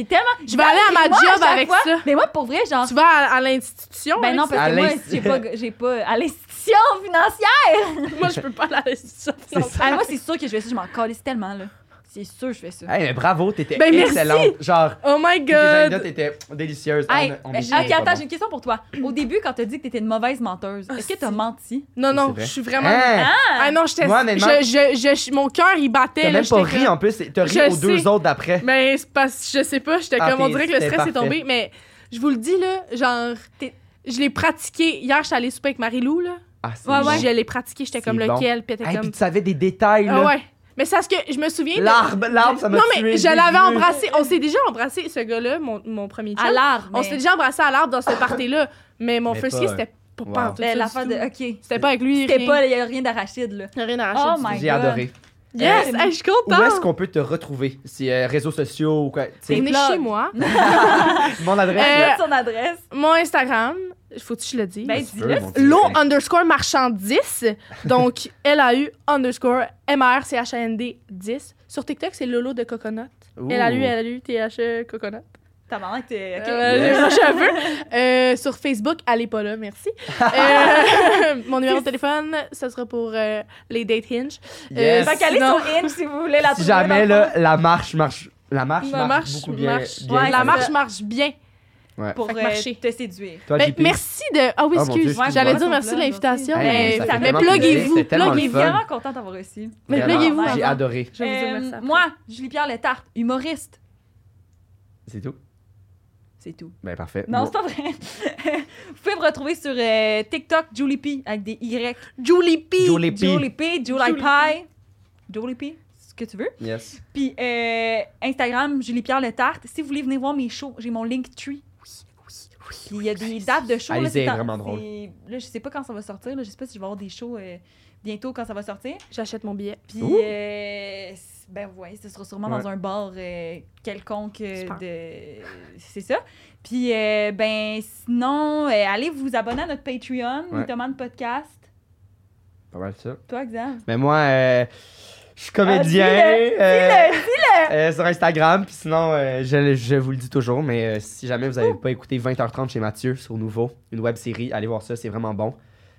S2: est tellement.
S3: Je vais aller à ma
S2: Moi,
S3: job
S2: chaque
S3: avec
S2: fois-
S3: ça.
S2: Mais moi, pour vrai, genre,
S3: Tu vas à, à l'institution? hein,
S2: Ben
S3: avec
S2: non,
S3: ça?
S2: parce
S1: À
S2: que moi,
S1: l'insti-
S2: j'ai pas, j'ai pas. À l'institution financière!
S3: moi je peux pas aller à l'institution.
S1: C'est ça.
S2: Ah, moi, c'est sûr que je fais ça, je m'en calisse tellement, là. C'est sûr que je fais ça.
S1: Hey, mais bravo, t'étais
S3: Ben, merci.
S1: excellente. Genre,
S3: Oh my
S1: tes anecdotes
S3: god!
S1: étaient délicieuses.
S2: Hey,
S1: On- on
S2: euh,
S1: dit
S2: ok,
S1: c'est pas
S2: attends,
S1: bon.
S2: j'ai une question pour toi. Au début, quand t'as dit que t'étais une mauvaise menteuse,
S3: Ah,
S2: est-ce que t'as
S3: si.
S2: non-si?
S3: Non, non,
S1: C'est vrai.
S3: je suis vraiment.
S1: Hein?
S3: Ah non, j'étais.
S1: Moi, honnêtement-
S3: je, je, je- mon cœur, il battait.
S1: T'as
S3: là,
S1: même pas
S3: j'étais
S1: ri
S3: comme-
S1: en plus, t'as ri
S3: Je
S1: aux deux
S3: sais.
S1: autres d'après.
S3: Mais c'est parce je sais pas, j'étais
S1: Ah,
S3: comme. On
S1: t'es-
S3: dirait que le
S1: c'était
S3: stress est
S1: parfait.
S3: tombé, mais je vous le dis, là, genre.
S2: T'es-
S3: Je l'ai pratiqué. Hier, je suis allée souper avec Marie-Lou, là.
S1: Ah, c'est
S2: Ouais,
S1: bon.
S2: ouais.
S3: Je l'ai pratiqué, j'étais
S1: C'est
S3: comme
S1: bon.
S3: lequel, puis elle était
S1: Hey,
S3: comme.
S1: puis tu savais des détails, là.
S3: Ah ouais. Mais c'est parce que je me souviens. de-
S1: L'arbre, l'arbre, ça m'a
S3: Non,
S1: tué.
S3: mais je
S1: j'ai
S3: l'avais
S1: vu.
S3: embrassé. On s'est déjà embrassé, ce gars-là, mon, mon premier chum.
S2: À l'arbre.
S3: On s'était déjà embrassé à l'arbre dans ce party-là. Mais mon
S1: Mais
S3: firstier,
S1: pas-
S3: c'était pas
S1: Wow.
S3: partout.
S2: Mais
S3: ça
S2: L'affaire de.
S3: du tout.
S2: Ok.
S3: C'était pas avec lui.
S2: C'était
S3: rien.
S2: pas. Il n'y a rien d'arachide, là.
S3: Rien
S2: Oh
S3: d'arraché.
S2: my god.
S1: J'ai adoré.
S3: Yes,
S2: Euh,
S3: hey, je suis contente.
S1: Où est-ce qu'on peut te retrouver? C'est euh, réseaux sociaux ou quoi? Tu sais,
S2: C'est
S3: Venez
S2: plug.
S3: chez moi.
S1: mon adresse.
S3: Euh,
S2: Donne son adresse.
S3: Mon Instagram, faut-tu que je le dise?
S2: Ben,
S1: tu peux,
S2: dis-le.
S1: mon Dieu.
S3: L'eau underscore marchandise, donc L-A-U underscore M-R-C-H-A-N-D 10. Sur TikTok, c'est Lolo de Coconut.
S1: Ouh.
S3: L-A-U, L-A-U, T-H-E, E Coconut.
S2: Ta maman que t'es. ok.
S3: Euh, J'ai lâché un peu. Euh, sur Facebook, allez pas là, merci. Euh, mon numéro de téléphone, ce sera pour euh, les date hinge.
S1: Yes.
S3: euh,
S2: Fait qu'allez
S3: sinon-
S2: sur Inch si vous voulez la
S1: Si
S2: trouver,
S1: jamais,
S2: dans le fond.
S1: là, la marche marche. La marche
S3: La
S1: marche,
S3: marche,
S1: beaucoup bien.
S3: marche.
S1: bien
S2: Ouais,
S3: La
S1: avec-
S3: marche marche bien.
S2: Pour
S3: Fait que
S2: euh,
S3: marcher.
S2: te séduire.
S1: Toi,
S3: Ben,
S1: JP?
S3: merci de. Ah oui,
S1: Ah, mon Dieu,
S3: excuse.
S1: excuse-moi.
S3: J'allais
S2: Ouais,
S3: dire merci de
S2: ton plan,
S3: l'invitation,
S2: merci.
S3: mais,
S2: Hey, ça fait
S3: mais
S1: tellement plaisir,
S3: pluguez-vous.
S1: c'était tellement
S2: On est
S1: le fun.
S2: vraiment content d'avoir reçu.
S3: Mais
S1: Vraiment,
S3: pluguez-vous
S1: J'ai
S3: avant.
S1: adoré.
S3: Je vais vous dire
S2: Euh,
S3: merci après.
S2: moi, Julie-Pierre Letarte, humoriste.
S1: C'est tout?
S2: C'est tout.
S1: Ben, parfait.
S2: Non,
S1: Bon.
S2: c'est pas vrai. vous pouvez me retrouver sur euh, TikTok, Julie P, avec des Y.
S3: Julie P.
S1: Julie P.
S2: Julie P, Julie
S3: Julie
S2: Pie. Julie P, c'est ce que tu veux.
S1: Yes.
S2: Puis euh, Instagram, Julie-Pierre Letarte. Si vous voulez venir voir mes shows, j'ai mon Linktree. Puis il y a des dates de shows. là,
S1: Allez-y,
S2: c'est en-
S1: vraiment drôle.
S2: c'est- Là, je sais pas quand ça va sortir. Là, je sais pas si je vais avoir des shows euh, bientôt quand ça va sortir.
S3: J'achète mon billet.
S2: Puis,
S1: Ouh.
S2: euh, c- ben vous voyez, ce sera sûrement dans
S1: Ouais.
S2: un bar euh, quelconque euh,
S3: Super.
S2: de... C'est ça. Puis, euh, ben sinon, euh, allez vous abonner à notre Patreon,
S1: Ouais.
S2: Mythoman Podcast.
S1: Pas mal ça.
S2: Toi, Xav.
S1: Mais moi, euh, je suis comédien.
S2: Ah,
S1: euh,
S2: Dis-le!
S1: euh, sur Instagram, puis sinon, euh, je, je vous le dis toujours, mais euh, si jamais vous n'avez pas écouté 20h30 chez Mathieu sur Nouveau, une web série, allez voir ça, c'est vraiment bon.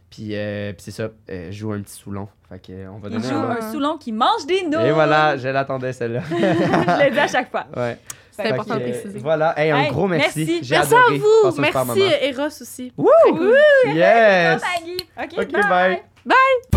S1: Puis, euh, puis c'est ça, euh, je joue un petit soulon. Fait que, euh, on va
S2: Il
S1: donner
S2: joue
S1: un
S3: Ah.
S2: un Soulon qui mange des noix.
S1: Et voilà, je l'attendais celle-là.
S2: je le dis à chaque fois.
S1: Ouais.
S3: C'est
S1: Fait
S3: important
S1: que,
S3: de
S1: euh,
S3: préciser.
S1: Voilà, Hey, un
S2: Hey,
S1: gros merci.
S2: merci.
S1: J'ai
S3: Merci
S1: adoré.
S3: à vous.
S1: Passez un super
S3: Merci
S1: moment.
S3: euh, Eros aussi.
S1: Wouh! Yes!
S2: Maggie. OK,
S1: Ok,
S2: bye.
S1: bye.